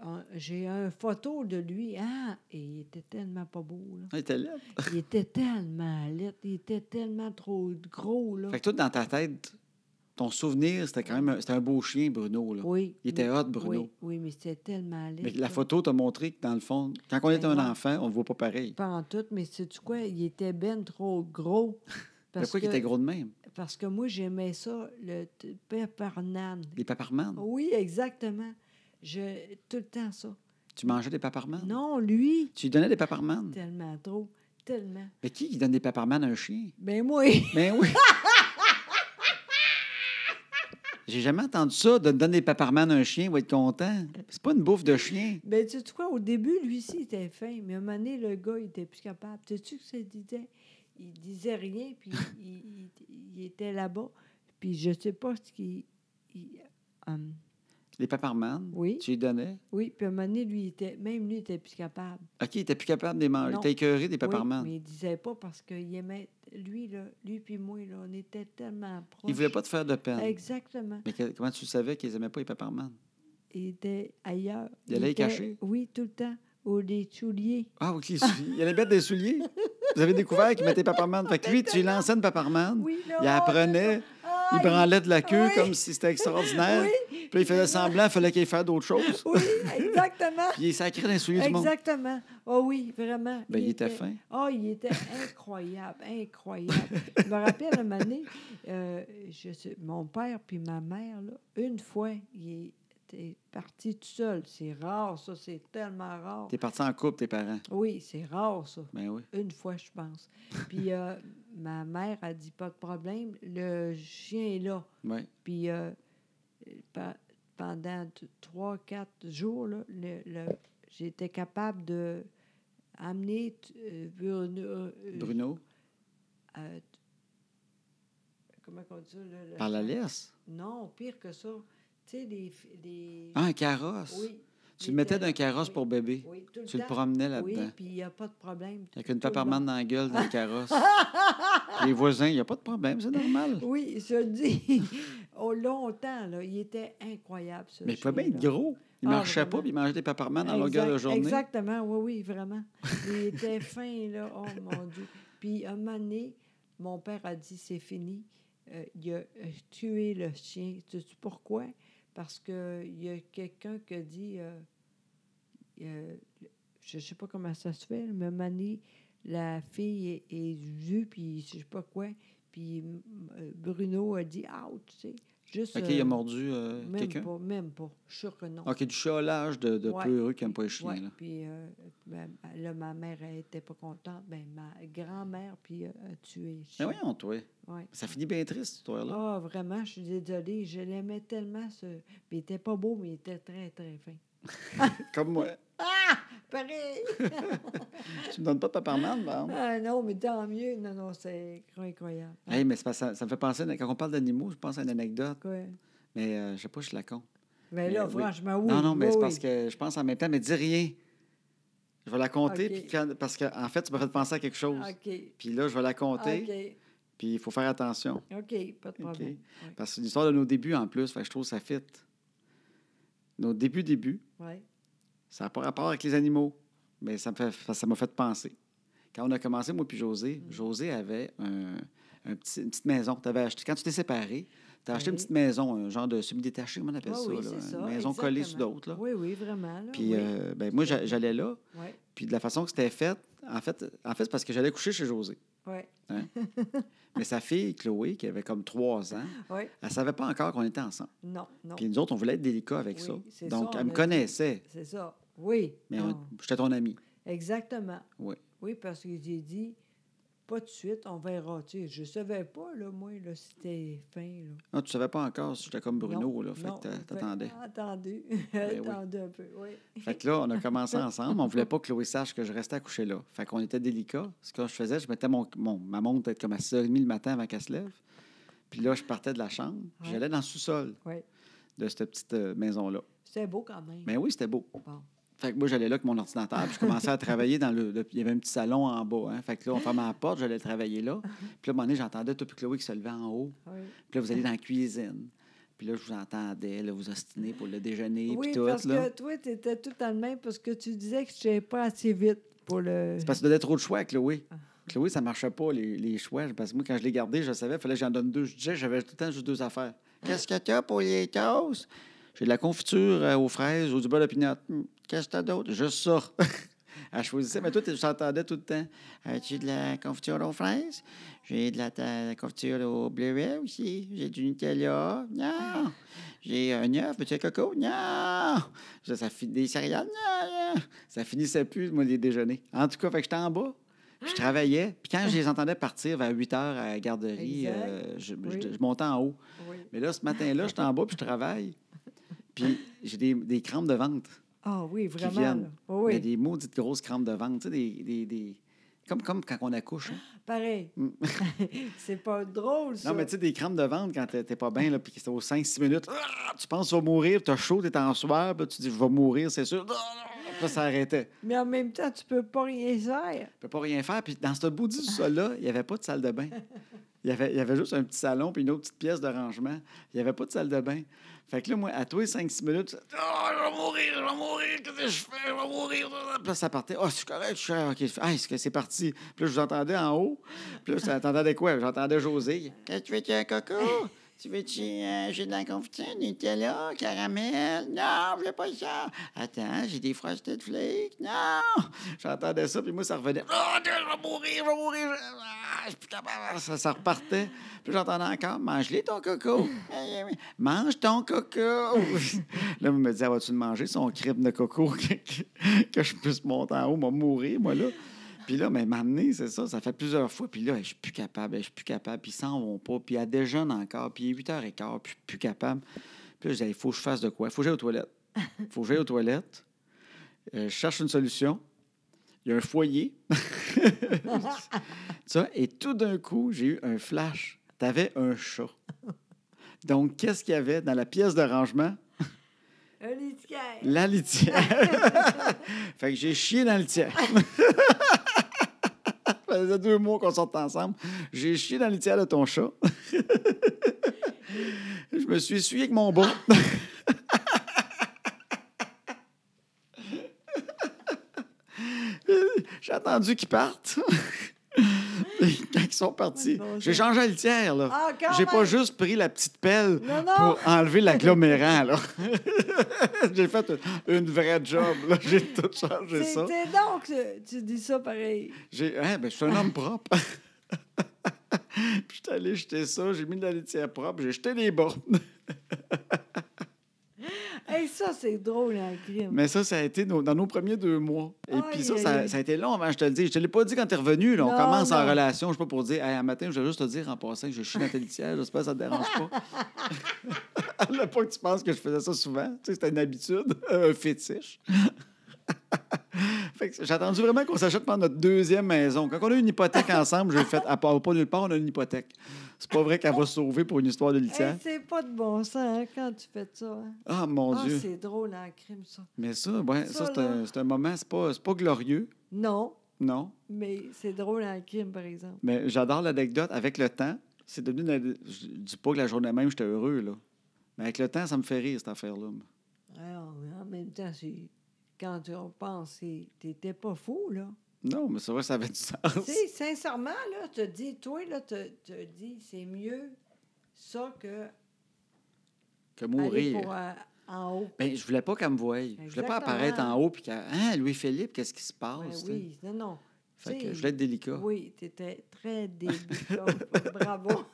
S1: Ah, j'ai une photo de lui. Ah, et il était tellement pas beau, là.
S2: Ah, il était là.
S1: Il était tellement laid, il était tellement trop gros, là.
S2: Fait que toi, dans ta tête, ton souvenir, c'était quand même un, c'était un beau chien, Bruno. Là.
S1: oui.
S2: Il était
S1: mais-
S2: hot, Bruno.
S1: Oui, oui, mais c'était tellement laid.
S2: Mais la
S1: là.
S2: photo t'a montré que, dans le fond, quand on
S1: Ben
S2: est un
S1: non.
S2: enfant, on ne voit pas pareil.
S1: Pas en tout, mais sais-tu quoi? Il était ben trop gros.
S2: Mais
S1: parce
S2: Pourquoi il
S1: que-
S2: était gros de même?
S1: Parce que moi, j'aimais ça, le t- peppernan.
S2: Des paparmanes.
S1: Oui, exactement. Je, tout le temps ça.
S2: Tu mangeais des paparmanes?
S1: Ah. Non, lui,
S2: Tu lui donnais des paparmanes?
S1: tellement trop. Tellement.
S2: Mais qui qui donne des paparmanes à un chien?
S1: Ben oui.
S2: Ben oui. J'ai jamais entendu ça, de donner des paparmanes à un chien, il va être content. C'est pas une bouffe de chien.
S1: Ben, tu sais quoi, au début, lui aussi, il était fin, mais à un moment donné, le gars, il était plus capable. Tu sais que ça disait? Il disait rien, puis il, il- il- il était là-bas. Puis je sais pas ce qu'il... il- hum,
S2: Les paparmanes,
S1: Oui.
S2: tu les donnais.
S1: oui, puis à un moment donné, lui, il était, même lui, il était plus capable.
S2: OK, il était plus capable de les manger.
S1: Non.
S2: T'as écœuré des paparmanes.
S1: Oui, mais il disait pas parce qu'il aimait... Lui, là, lui puis moi, là, on était tellement proches.
S2: Il voulait pas te faire de peine.
S1: Exactement.
S2: Mais que- comment tu savais qu'ils aimaient pas les paparmanes?
S1: Il était ailleurs.
S2: Il allait y
S1: était-
S2: cacher?
S1: Oui, tout le temps. Ou des souliers.
S2: Ah, OK, les souliers. il allait mettre des souliers. Vous avez découvert qu'il mettait des paparmanes. Fait que lui, tu lui lançais une paparmane.
S1: Oui, là,
S2: Il
S1: oh,
S2: apprenait,
S1: Ah,
S2: il branlait de la queue
S1: Oui.
S2: comme si c'était extraordinaire.
S1: Oui.
S2: Puis il faisait semblant, il fallait qu'il fasse d'autres choses.
S1: Oui, exactement.
S2: Puis il sacré dans les souliers du monde.
S1: Exactement. Oh oui, vraiment.
S2: Ben, il était fin.
S1: Oh, il était incroyable, incroyable. je me rappelle une année, euh, je sais- mon père puis ma mère, là, une fois, il était parti tout seul. C'est rare, ça, c'est tellement rare.
S2: T'es parti en couple, tes parents.
S1: Oui, c'est rare, ça.
S2: Ben oui.
S1: Une fois, je pense. Puis euh, ma mère a dit pas de problème, le chien est là.
S2: Ouais.
S1: Puis euh, pe- pendant t- trois, quatre jours, là, le- le- j'étais capable de amener t- euh, Bruno. euh,
S2: Bruno,
S1: euh, t- comment on dit ça? là, le-
S2: par la laisse.
S1: Non, pire que ça. Tu sais, les. fi- les-
S2: Ah, un carrosse.
S1: oui.
S2: Tu le mettais d'un carrosse
S1: oui,
S2: pour bébé.
S1: oui, tout
S2: Tu le
S1: temps.
S2: promenais
S1: Oui,
S2: là-dedans.
S1: puis il n'y a pas de problème.
S2: Avec une
S1: tout le long.
S2: paparmane dans la gueule dans le carrosse. les voisins, il n'y a pas de problème, c'est normal.
S1: Oui, je le dis. Au longtemps, là, il était incroyable, ce
S2: Mais il pouvait bien être
S1: chien-là.
S2: gros. Il
S1: Ah,
S2: marchait pas,
S1: vraiment.
S2: puis il mangeait des paparmanes en longueur de
S1: Exact-
S2: journée.
S1: Exactement, oui, oui, vraiment. Il était fin, là. Oh mon Dieu. Puis, un moment donné, mon père a dit c'est fini. Euh, il a euh, tué le chien. Tu sais pourquoi? Parce qu'il y a quelqu'un qui a dit euh, euh, je ne sais pas comment ça se fait, mais un moment donné, la fille est, est vue, puis je sais pas quoi. Puis, m- euh, Bruno a dit ouch, tu sais. Juste.
S2: OK, il a
S1: euh,
S2: mordu euh,
S1: Même
S2: quelqu'un.
S1: pas, même pas. Je suis sûr que non.
S2: OK, du chiolage de, de
S1: Ouais.
S2: peureux qui n'aiment pas les chiens.
S1: Ouais,
S2: là.
S1: Puis euh, ben, là, ma mère elle était pas contente. Ben, ma grand-mère, puis euh, a tué. le
S2: Mais
S1: chien.
S2: voyons, toi.
S1: Ouais.
S2: Ça finit bien triste, cette histoire-là.
S1: Ah, vraiment, je suis désolée. Je l'aimais tellement. Ce... Puis il était pas beau, mais il était très, très fin. Ah.
S2: Comme moi.
S1: Pareil!
S2: Tu me donnes pas de paparmane, par exemple.
S1: ah, non, mais tant mieux. Non, non, c'est incroyable.
S2: Hey, mais c'est parce que ça, ça me fait penser, quand on parle d'animaux, je pense à une anecdote,
S1: Quoi?
S2: mais euh, je sais pas, je la compte.
S1: Mais
S2: Mais
S1: ben là,
S2: Ben oui.
S1: franchement, oui.
S2: non, non, mais
S1: oui,
S2: c'est
S1: oui.
S2: parce que je pense en même temps, mais dis rien. Je vais la compter,
S1: OK.
S2: puis quand- parce que en fait, tu m'as fait penser à quelque chose. Puis là, je vais la compter, puis il faut faire attention.
S1: OK. OK, pas de
S2: OK.
S1: problème.
S2: Parce que c'est l'histoire de nos débuts en plus, fait que je trouve que ça fit. Nos débuts, débuts,
S1: Ouais. ouais.
S2: ça n'a pas rapport avec les animaux, mais ça me fait- ça ça m'a fait penser. Quand on a commencé, moi puis José,
S1: Mm.
S2: José avait un, un petit- une petite maison. T'avais acheté, quand tu t'es séparé, tu as acheté une
S1: Oui.
S2: petite maison, un genre de semi-détaché, comment on appelle
S1: Ah
S2: ça,
S1: oui,
S2: là,
S1: c'est
S2: une
S1: ça,
S2: maison collée sur
S1: exactement.
S2: d'autres. là.
S1: Oui, oui, vraiment. Là,
S2: Puis
S1: oui.
S2: euh, ben, moi, j'a- j'allais là,
S1: ouais,
S2: puis de la façon que c'était fait, en fait, en fait c'est parce que j'allais coucher chez José.
S1: ouais,
S2: Mais sa fille, Chloé, qui avait comme trois ans,
S1: ouais.
S2: elle savait pas encore qu'on était ensemble.
S1: Non, non.
S2: Puis nous autres, on voulait être délicats avec
S1: Oui,
S2: ça.
S1: c'est
S2: Donc,
S1: ça,
S2: elle
S1: on
S2: me
S1: a
S2: connaissait,
S1: C'est ça. Oui.
S2: mais on-
S1: non.
S2: j'étais ton ami.
S1: Exactement.
S2: Oui.
S1: Oui, parce que j'ai dit, pas de suite, on verra. Tu sais, je savais pas, là, moi, là, si t'es fin. Là.
S2: Non, Ah, tu savais pas encore si j'étais comme Bruno,
S1: Non,
S2: là. Fait
S1: non,
S2: que t'a-
S1: ben,
S2: t'attendais.
S1: Attendu.
S2: Ben oui.
S1: attendu un peu, oui.
S2: Fait que là, on a commencé ensemble. On voulait pas que Chloé sache que je restais à coucher là. Fait qu'on était délicats. Ce que je faisais, je mettais mon, mon- ma montre peut-être comme à 6h30 le matin avant qu'elle se lève. Puis là, je partais de la chambre. puis
S1: Ouais.
S2: J'allais dans le sous-sol
S1: Ouais.
S2: de cette petite euh, maison-là.
S1: C'était beau quand même.
S2: Mais Ben oui, c'était beau.
S1: Bon.
S2: Fait que moi, j'allais là avec mon ordinateur, puis je commençais à travailler dans le, le- Il y avait un petit salon en bas, hein. Fait que là, on fermait la porte, j'allais travailler là. Puis là, à un moment donné, j'entendais tout puis Chloé qui se levait en haut.
S1: Oui.
S2: Puis là, vous allez dans la cuisine. Puis là, je vous entendais, là, vous ostiner pour le déjeuner,
S1: Oui,
S2: puis tout,
S1: parce
S2: là.
S1: que toi, tu étais tout en même parce que tu disais que je n'étais pas assez vite pour le.
S2: C'est parce que tu donnais trop de choix à Chloé. Chloé, ça marchait pas, les, les choix. Parce que moi, quand je les gardais, je savais, il fallait que j'en donne deux. Je disais, j'avais tout le temps juste deux affaires. Qu'est-ce que tu as pour les toasts? J'ai de la confiture euh, aux fraises ou du bol à pinot. Qu'est-ce que t'as d'autre? Juste ça. Elle choisissait, mais toi, tu t'entendais tout le temps. As-tu de la confiture aux fraises? J'ai de la, ta- la confiture au bleuet aussi. J'ai du Nutella. Non! J'ai un œuf, veux-tu un coco? Non! Ça, ça fi- des céréales? Non, non! Ça finissait plus, moi, les déjeuners. En tout cas, fait que j'étais en bas. Puis je travaillais. Puis quand je les entendais partir vers 8 heures à la garderie,
S1: Exact.
S2: euh, je, je-
S1: Oui.
S2: je montais en haut.
S1: Oui.
S2: Mais là, ce matin-là, j'étais en bas, puis je travaille. Puis j'ai des, des crampes de ventre
S1: Ah oui,
S2: qui
S1: vraiment. là.
S2: viennent.
S1: Oui, oui.
S2: Mais des maudites grosses crampes de ventre, tu sais, des... des- des- Comme, comme quand on accouche. hein.
S1: Pareil. c'est pas drôle, ça.
S2: Non, mais tu sais, des crampes de ventre quand t'es t'es pas bien, là, puis que c'est aux 5-6 minutes, Ah! tu penses que tu vas mourir, t'as chaud, t'es en sueur, puis là, tu dis, je vais mourir, c'est sûr. Ah, Après, ça arrêtait.
S1: Mais en même temps, tu peux pas rien faire.
S2: Je peux pas rien faire. Puis dans ce bout-du sol-là, il n'y avait pas de salle de bain. Il y, avait, il y avait juste un petit salon puis une autre petite pièce de rangement. Il n'y avait pas de salle de bain. Fait que là, moi, à tous les 5-6 minutes, « Ah, je vais mourir, je vais mourir, qu'est-ce que je fais, je vais mourir! » Puis là, ça partait. « Ah, c'est correct, je suis... ah, OK, ah, est-ce que c'est parti? » Puis là, je vous entendais en haut. Puis là, j'entendais de quoi? J'entendais José. « Qu'est-ce que tu veux, tu un coco? Tu veux-tu... euh, j'ai de la confiture, Nutella, caramel? Non, je veux pas ça! Attends, j'ai des frosted flakes? Non! » J'entendais ça, puis moi, ça revenait. « Ah, je vais mourir, je vais mourir! je- ah, je suis plus capable. Ça, ça repartait. Puis j'entendais encore, mange-les ton coco. Eh, eh, Mange ton coco. là, vous me disiez, vas-tu le manger son crêpe de coco que, que- que je puisse monter en haut, moi, mourir, moi, là. Puis là, mais m'amener, c'est ça, ça fait plusieurs fois. Puis là, je suis plus capable, je suis plus capable. Puis ils s'en vont pas. Puis elle déjeune encore. Puis il est 8h15, puis je suis plus capable. Puis là, je disais, il faut que je fasse de quoi? Il faut que j'aille aux toilettes. Il faut que j'aille aux toilettes. Euh, je cherche une solution. Il y a un foyer. Ça, et tout d'un coup, j'ai eu un flash. Tu avais un chat. Donc, qu'est-ce qu'il y avait dans la pièce de rangement?
S1: Un étiquette.
S2: La litière. fait que j'ai chié dans la litière. Ça faisait deux mois qu'on sortait ensemble. J'ai chié dans la litière de ton chat. Je me suis essuyé avec mon bas. j'ai attendu qu'ils partent. Et Quand ils sont partis,
S1: Ah, bon
S2: j'ai
S1: Dieu.
S2: changé la litière. Là.
S1: Ah, quand
S2: j'ai pas
S1: même.
S2: juste pris la petite pelle
S1: Non, non.
S2: pour enlever l'agglomérant. là. Ah! J'ai fait une vraie job. là. J'ai tout changé
S1: C'est
S2: ça.
S1: c'est donc, tu- tu dis ça pareil.
S2: J'ai, hein, ben, je suis un homme propre. Puis je suis allé jeter ça, j'ai mis de la litière propre, j'ai jeté les bas.
S1: Hey, ça, c'est drôle, en crime.
S2: Mais ça, ça a été nos- dans nos premiers deux mois. Et
S1: Aïe,
S2: puis ça,
S1: aïe,
S2: ça,
S1: aïe.
S2: ça a été long avant, je te le dis. Je te l'ai pas dit quand t'es revenu. Là, on
S1: Non,
S2: commence en
S1: non.
S2: relation. Je sais pas pour dire, hey, un matin, je vais juste te dire en passant que je suis dans ta litière. J'espère que ça te dérange pas. là, pas que tu penses que je faisais ça souvent. Tu sais, c'était une habitude, euh, un fétiche. Fait que j'ai attendu vraiment qu'on s'achète pendant notre deuxième maison. Quand on a une hypothèque ensemble, j'ai fait, à part pas nulle part, on a une hypothèque. C'est pas vrai qu'elle va se sauver pour une histoire de litière.
S1: Hey, c'est pas de bon sens hein, quand tu fais ça. hein.
S2: Ah, mon
S1: Ah,
S2: Dieu.
S1: c'est drôle, en crime, ça.
S2: Mais ça, ouais, ça,
S1: Ça,
S2: c'est, un,
S1: là.
S2: c'est un moment, c'est pas, c'est pas glorieux,
S1: Non,
S2: non.
S1: mais c'est drôle, en crime, par exemple.
S2: Mais j'adore l'anecdote. Avec le temps, c'est devenu. une- Je dis pas que la journée même, j'étais heureux, là. Mais avec le temps, ça me fait rire, cette affaire-là. moi.
S1: Alors, Ah, en même temps, c'est- quand tu repenses, c'est- t'étais pas fou, là.
S2: Non, mais c'est vrai, ça avait du sens.
S1: Tu sais, sincèrement, là, te dis, toi, là, te, te dis, c'est mieux ça que
S2: Que
S1: aller
S2: mourir.
S1: pour euh, en haut.
S2: Ben, je voulais pas qu'elle me voie. Je voulais pas
S1: Exactement.
S2: apparaître en haut puis qu'elle. Hein, Louis-Philippe, qu'est-ce qui se
S1: Ben
S2: passe? tu sais?
S1: oui, non, non.
S2: Fait que
S1: t'sais,
S2: je voulais être délicat.
S1: Oui, tu étais très débutant. Bravo.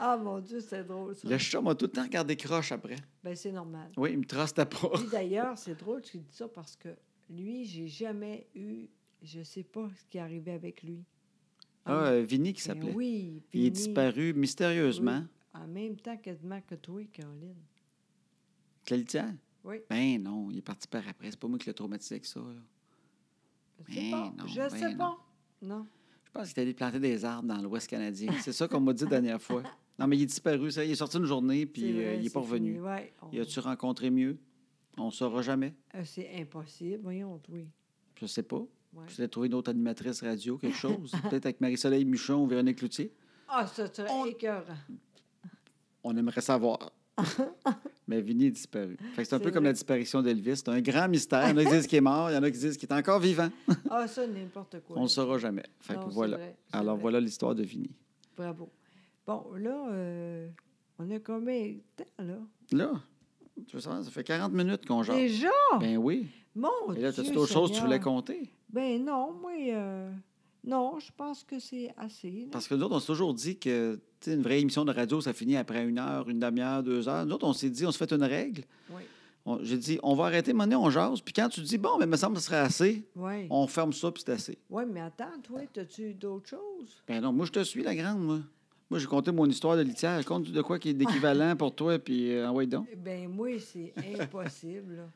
S1: ah, mon Dieu, c'est drôle, ça.
S2: Le chat m'a tout le temps regardé croche après.
S1: Ben, c'est normal.
S2: Oui, il me trustait pas.
S1: Puis d'ailleurs, c'est drôle que tu dis ça parce que lui, j'ai jamais eu, je sais pas ce qui est arrivé avec lui.
S2: Ah,
S1: En-
S2: euh, Vinny qui
S1: ben
S2: s'appelait.
S1: Oui,
S2: Il est
S1: Vinny,
S2: disparu mystérieusement.
S1: En même temps quasiment que toi, Caroline.
S2: Que la litière?
S1: Oui.
S2: Ben non, il est parti par après. C'est pas moi qui l'ai traumatisé avec ça, là.
S1: Je sais
S2: Ben
S1: pas.
S2: non,
S1: je
S2: ben
S1: sais
S2: non.
S1: pas. Non.
S2: Je pense qu'il est allé planter des arbres dans l'Ouest canadien. C'est ça qu'on m'a dit la dernière fois. Non, mais il est disparu, ça. Il est sorti une journée, puis
S1: c'est
S2: euh,
S1: vrai,
S2: il n'est pas
S1: c'est fini.
S2: revenu.
S1: Ouais, on-
S2: Il a-tu rencontré mieux? On ne saura jamais.
S1: Euh, c'est impossible. Voyons, oui.
S2: Je sais pas.
S1: Ouais.
S2: Je vais trouver une autre animatrice radio, quelque chose. Peut-être avec Marie-Soleil Michon ou Véronique Loutier.
S1: Ah, ça serait
S2: On-
S1: écœurant.
S2: On aimerait savoir. mais Vinny est disparu. Fait que c'est un
S1: C'est
S2: peu comme
S1: vrai.
S2: la disparition d'Elvis. C'est un grand mystère. Il y en a qui disent qu'il est mort, il y en a qui disent qu'il est encore vivant.
S1: Ah, ça, n'importe quoi.
S2: On ne saura jamais. Fait que
S1: Non, c'est
S2: voilà.
S1: vrai, c'est
S2: Alors
S1: vrai.
S2: voilà l'histoire de Vinny.
S1: Bravo. Bon, là, euh, on a combien de temps, là?
S2: Là, tu veux savoir, ça fait 40 minutes qu'on jase.
S1: Déjà?
S2: Ben oui.
S1: Mon
S2: Et là,
S1: Dieu
S2: t'as-tu d'autres choses que tu voulais
S1: Seigneur.
S2: compter?
S1: Ben non, moi, euh, non, je pense que c'est assez. là.
S2: Parce que nous autres, on s'est toujours dit que tu sais, une vraie émission de radio, ça finit après une heure, une demi-heure, deux heures. Nous autres, on s'est dit, on se fait une règle.
S1: Oui.
S2: on- j'ai dit, on va arrêter, monnaie, on jase. Puis quand tu dis, bon, mais me semble que ce serait assez,
S1: Oui.
S2: on ferme ça, puis c'est assez.
S1: Oui, mais attends, toi, as-tu d'autres choses?
S2: Ben non, moi, je te suis, la grande, moi. Moi, j'ai conté mon histoire de litière. Compte de quoi qui est d'équivalent pour toi, puis euh, envoie donc.
S1: Ben moi, c'est impossible. là.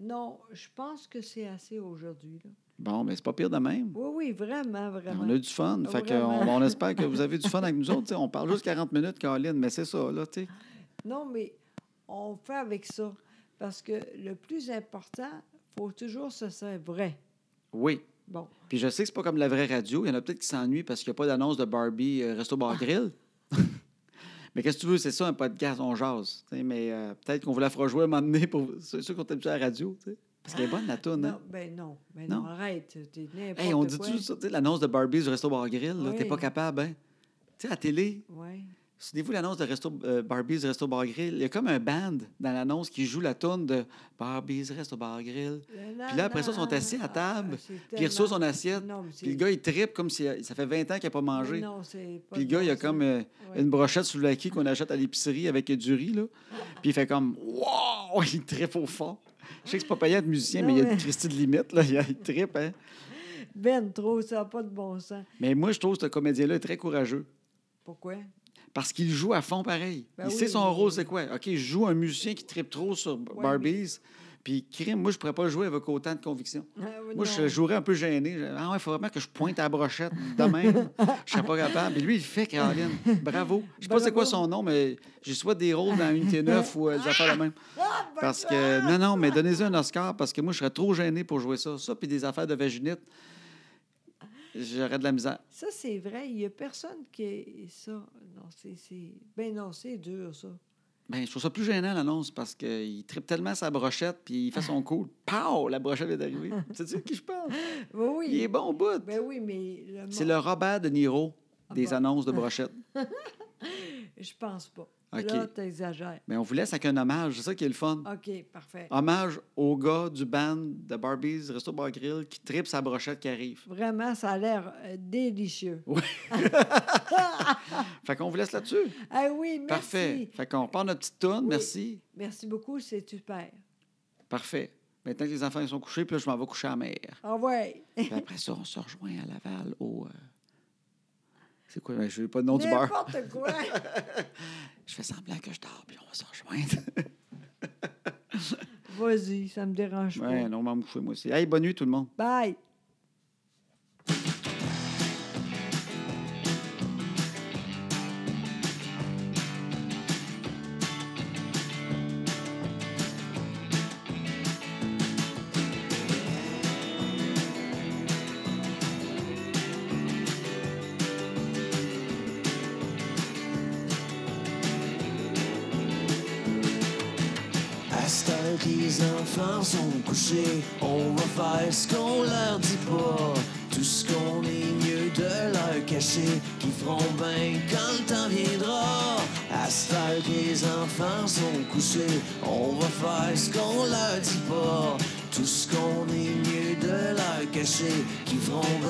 S1: Non, je pense que c'est assez aujourd'hui. là.
S2: Bon, mais c'est pas pire de même.
S1: Oui, oui, vraiment, vraiment.
S2: On a du fun. Fait que
S1: Vraiment.
S2: on, on espère que vous avez du fun avec nous autres. tu sais. On parle juste 40 minutes, Caroline, mais c'est ça, là, tu sais.
S1: Non, mais on fait avec ça. Parce que le plus important, faut toujours que ce soit vrai.
S2: Oui.
S1: Bon.
S2: Puis je sais que c'est pas comme la vraie radio. Il y en a peut-être qui s'ennuient parce qu'il n'y a pas d'annonce de Barbie euh, Resto
S1: Ah.
S2: Bar Grill. mais qu'est-ce que tu veux? C'est ça, un podcast, on jase. tu sais, mais euh, peut-être qu'on vous la fera jouer un moment donné pour ceux, ceux qui ont habitué à la radio. tu sais. Parce qu'elle est bonne, la toune.
S1: Non,
S2: hein?
S1: ben non, ben
S2: Non.
S1: non, arrête. T'es n'importe
S2: Hey, on
S1: quoi.
S2: dit-tu ça? tu sais, L'annonce de Barbie du Resto Bar Grill, là, t'es
S1: Oui.
S2: pas capable, hein? Tu sais, à la télé,
S1: Oui.
S2: Souvenez-vous l'annonce de Resto, euh, Barbie's Resto Bar Grill? Il y a comme un band dans l'annonce qui joue la tune de Barbie's Resto Bar Grill. Puis là, après ça, ils sont assis à table, Puis il reçoit son assiette.
S1: Ah, Non, mais
S2: Puis le
S1: c'est-
S2: gars, il tripe comme si euh, ça fait 20 ans qu'il n'a pas mangé.
S1: Non, c'est pas
S2: Puis le gars, il a
S1: bon, ça.
S2: comme euh,
S1: Ouais.
S2: une brochette sous le qui qu'on achète à l'épicerie avec du riz. Là. Puis il fait comme Wow! Il tripe au fond. Je sais que c'est pas payant de musicien,
S1: Non,
S2: mais il y a
S1: mais-
S2: une Christie de limite. Là. Il tripe. Hein?
S1: Ben, trop, ça n'a pas de bon sens.
S2: Mais moi, je trouve que ce comédien-là est très courageux.
S1: Pourquoi?
S2: Parce qu'il joue à fond pareil.
S1: Ben
S2: il
S1: oui,
S2: sait son
S1: oui,
S2: rôle,
S1: oui.
S2: c'est quoi. OK, je joue un musicien qui tripe trop sur B-
S1: Ouais,
S2: Barbies. Puis, crime, moi, je pourrais pas le jouer avec autant de conviction.
S1: Ah,
S2: Moi, je jouerais un peu gêné. Je- Ah ouais, il faut vraiment que je pointe à la brochette de même. je serais pas capable. Mais lui, il fait, Caroline. Bravo. Je sais pas c'est quoi
S1: Bravo.
S2: son nom, mais je souhaite des rôles dans Unité 9 ou euh, des affaires de même.
S1: Ah,
S2: Parce que, non, non, mais donnez-lui un Oscar parce que moi, je serais trop gêné pour jouer ça. Ça, puis des affaires de vaginite, j'aurais de la misère.
S1: Ça, c'est vrai. Il n'y a personne qui est ça. Non, c'est. c'est- Ben non, c'est dur, ça.
S2: Ben, je trouve ça plus gênant, l'annonce, parce qu'il tripe tellement sa brochette, puis il fait son coup. Pow! La brochette est arrivée. C'est de qui je parle?
S1: Ben oui.
S2: Il est bon au bout.
S1: Ben oui, mais. le
S2: C'est
S1: monde-
S2: le Robert De Niro des
S1: bon.
S2: annonces de brochette.
S1: Je pense pas.
S2: OK.
S1: Là, t'exagères.
S2: Mais on vous laisse avec un hommage, c'est ça qui est le fun.
S1: OK,
S2: Ah.
S1: parfait.
S2: Hommage au gars du band de Barbies Resto Bar Grill qui tripe sa brochette qui arrive.
S1: Vraiment, ça a l'air euh, délicieux.
S2: Fait qu'on vous laisse là-dessus.
S1: Ah oui, merci.
S2: Parfait. Fait qu'on repart notre petite toune.
S1: Oui.
S2: Merci.
S1: Merci beaucoup, c'est super.
S2: Parfait. Maintenant que les enfants ils sont couchés, puis là, je m'en vais coucher à la mer.
S1: Au revoir.
S2: Puis après ça, on se rejoint à Laval au... euh, C'est quoi? Ben, je n'ai pas le nom du bar.
S1: N'importe quoi.
S2: Je fais semblant que je dors, puis on va se rejoindre.
S1: Vas-y, ça me dérange pas.
S2: ouais, non, maman, coucher, moi aussi. Hey, bonne nuit, tout le monde.
S1: Bye.
S3: À cette heure que les enfants sont couchés, on va faire ce qu'on leur dit pas. Tout ce qu'on est mieux de leur cacher, qui feront bien quand le temps viendra. À cette heure que les enfants sont couchés, on va faire ce qu'on leur dit pas. Tout ce qu'on est mieux de leur cacher, qui feront bien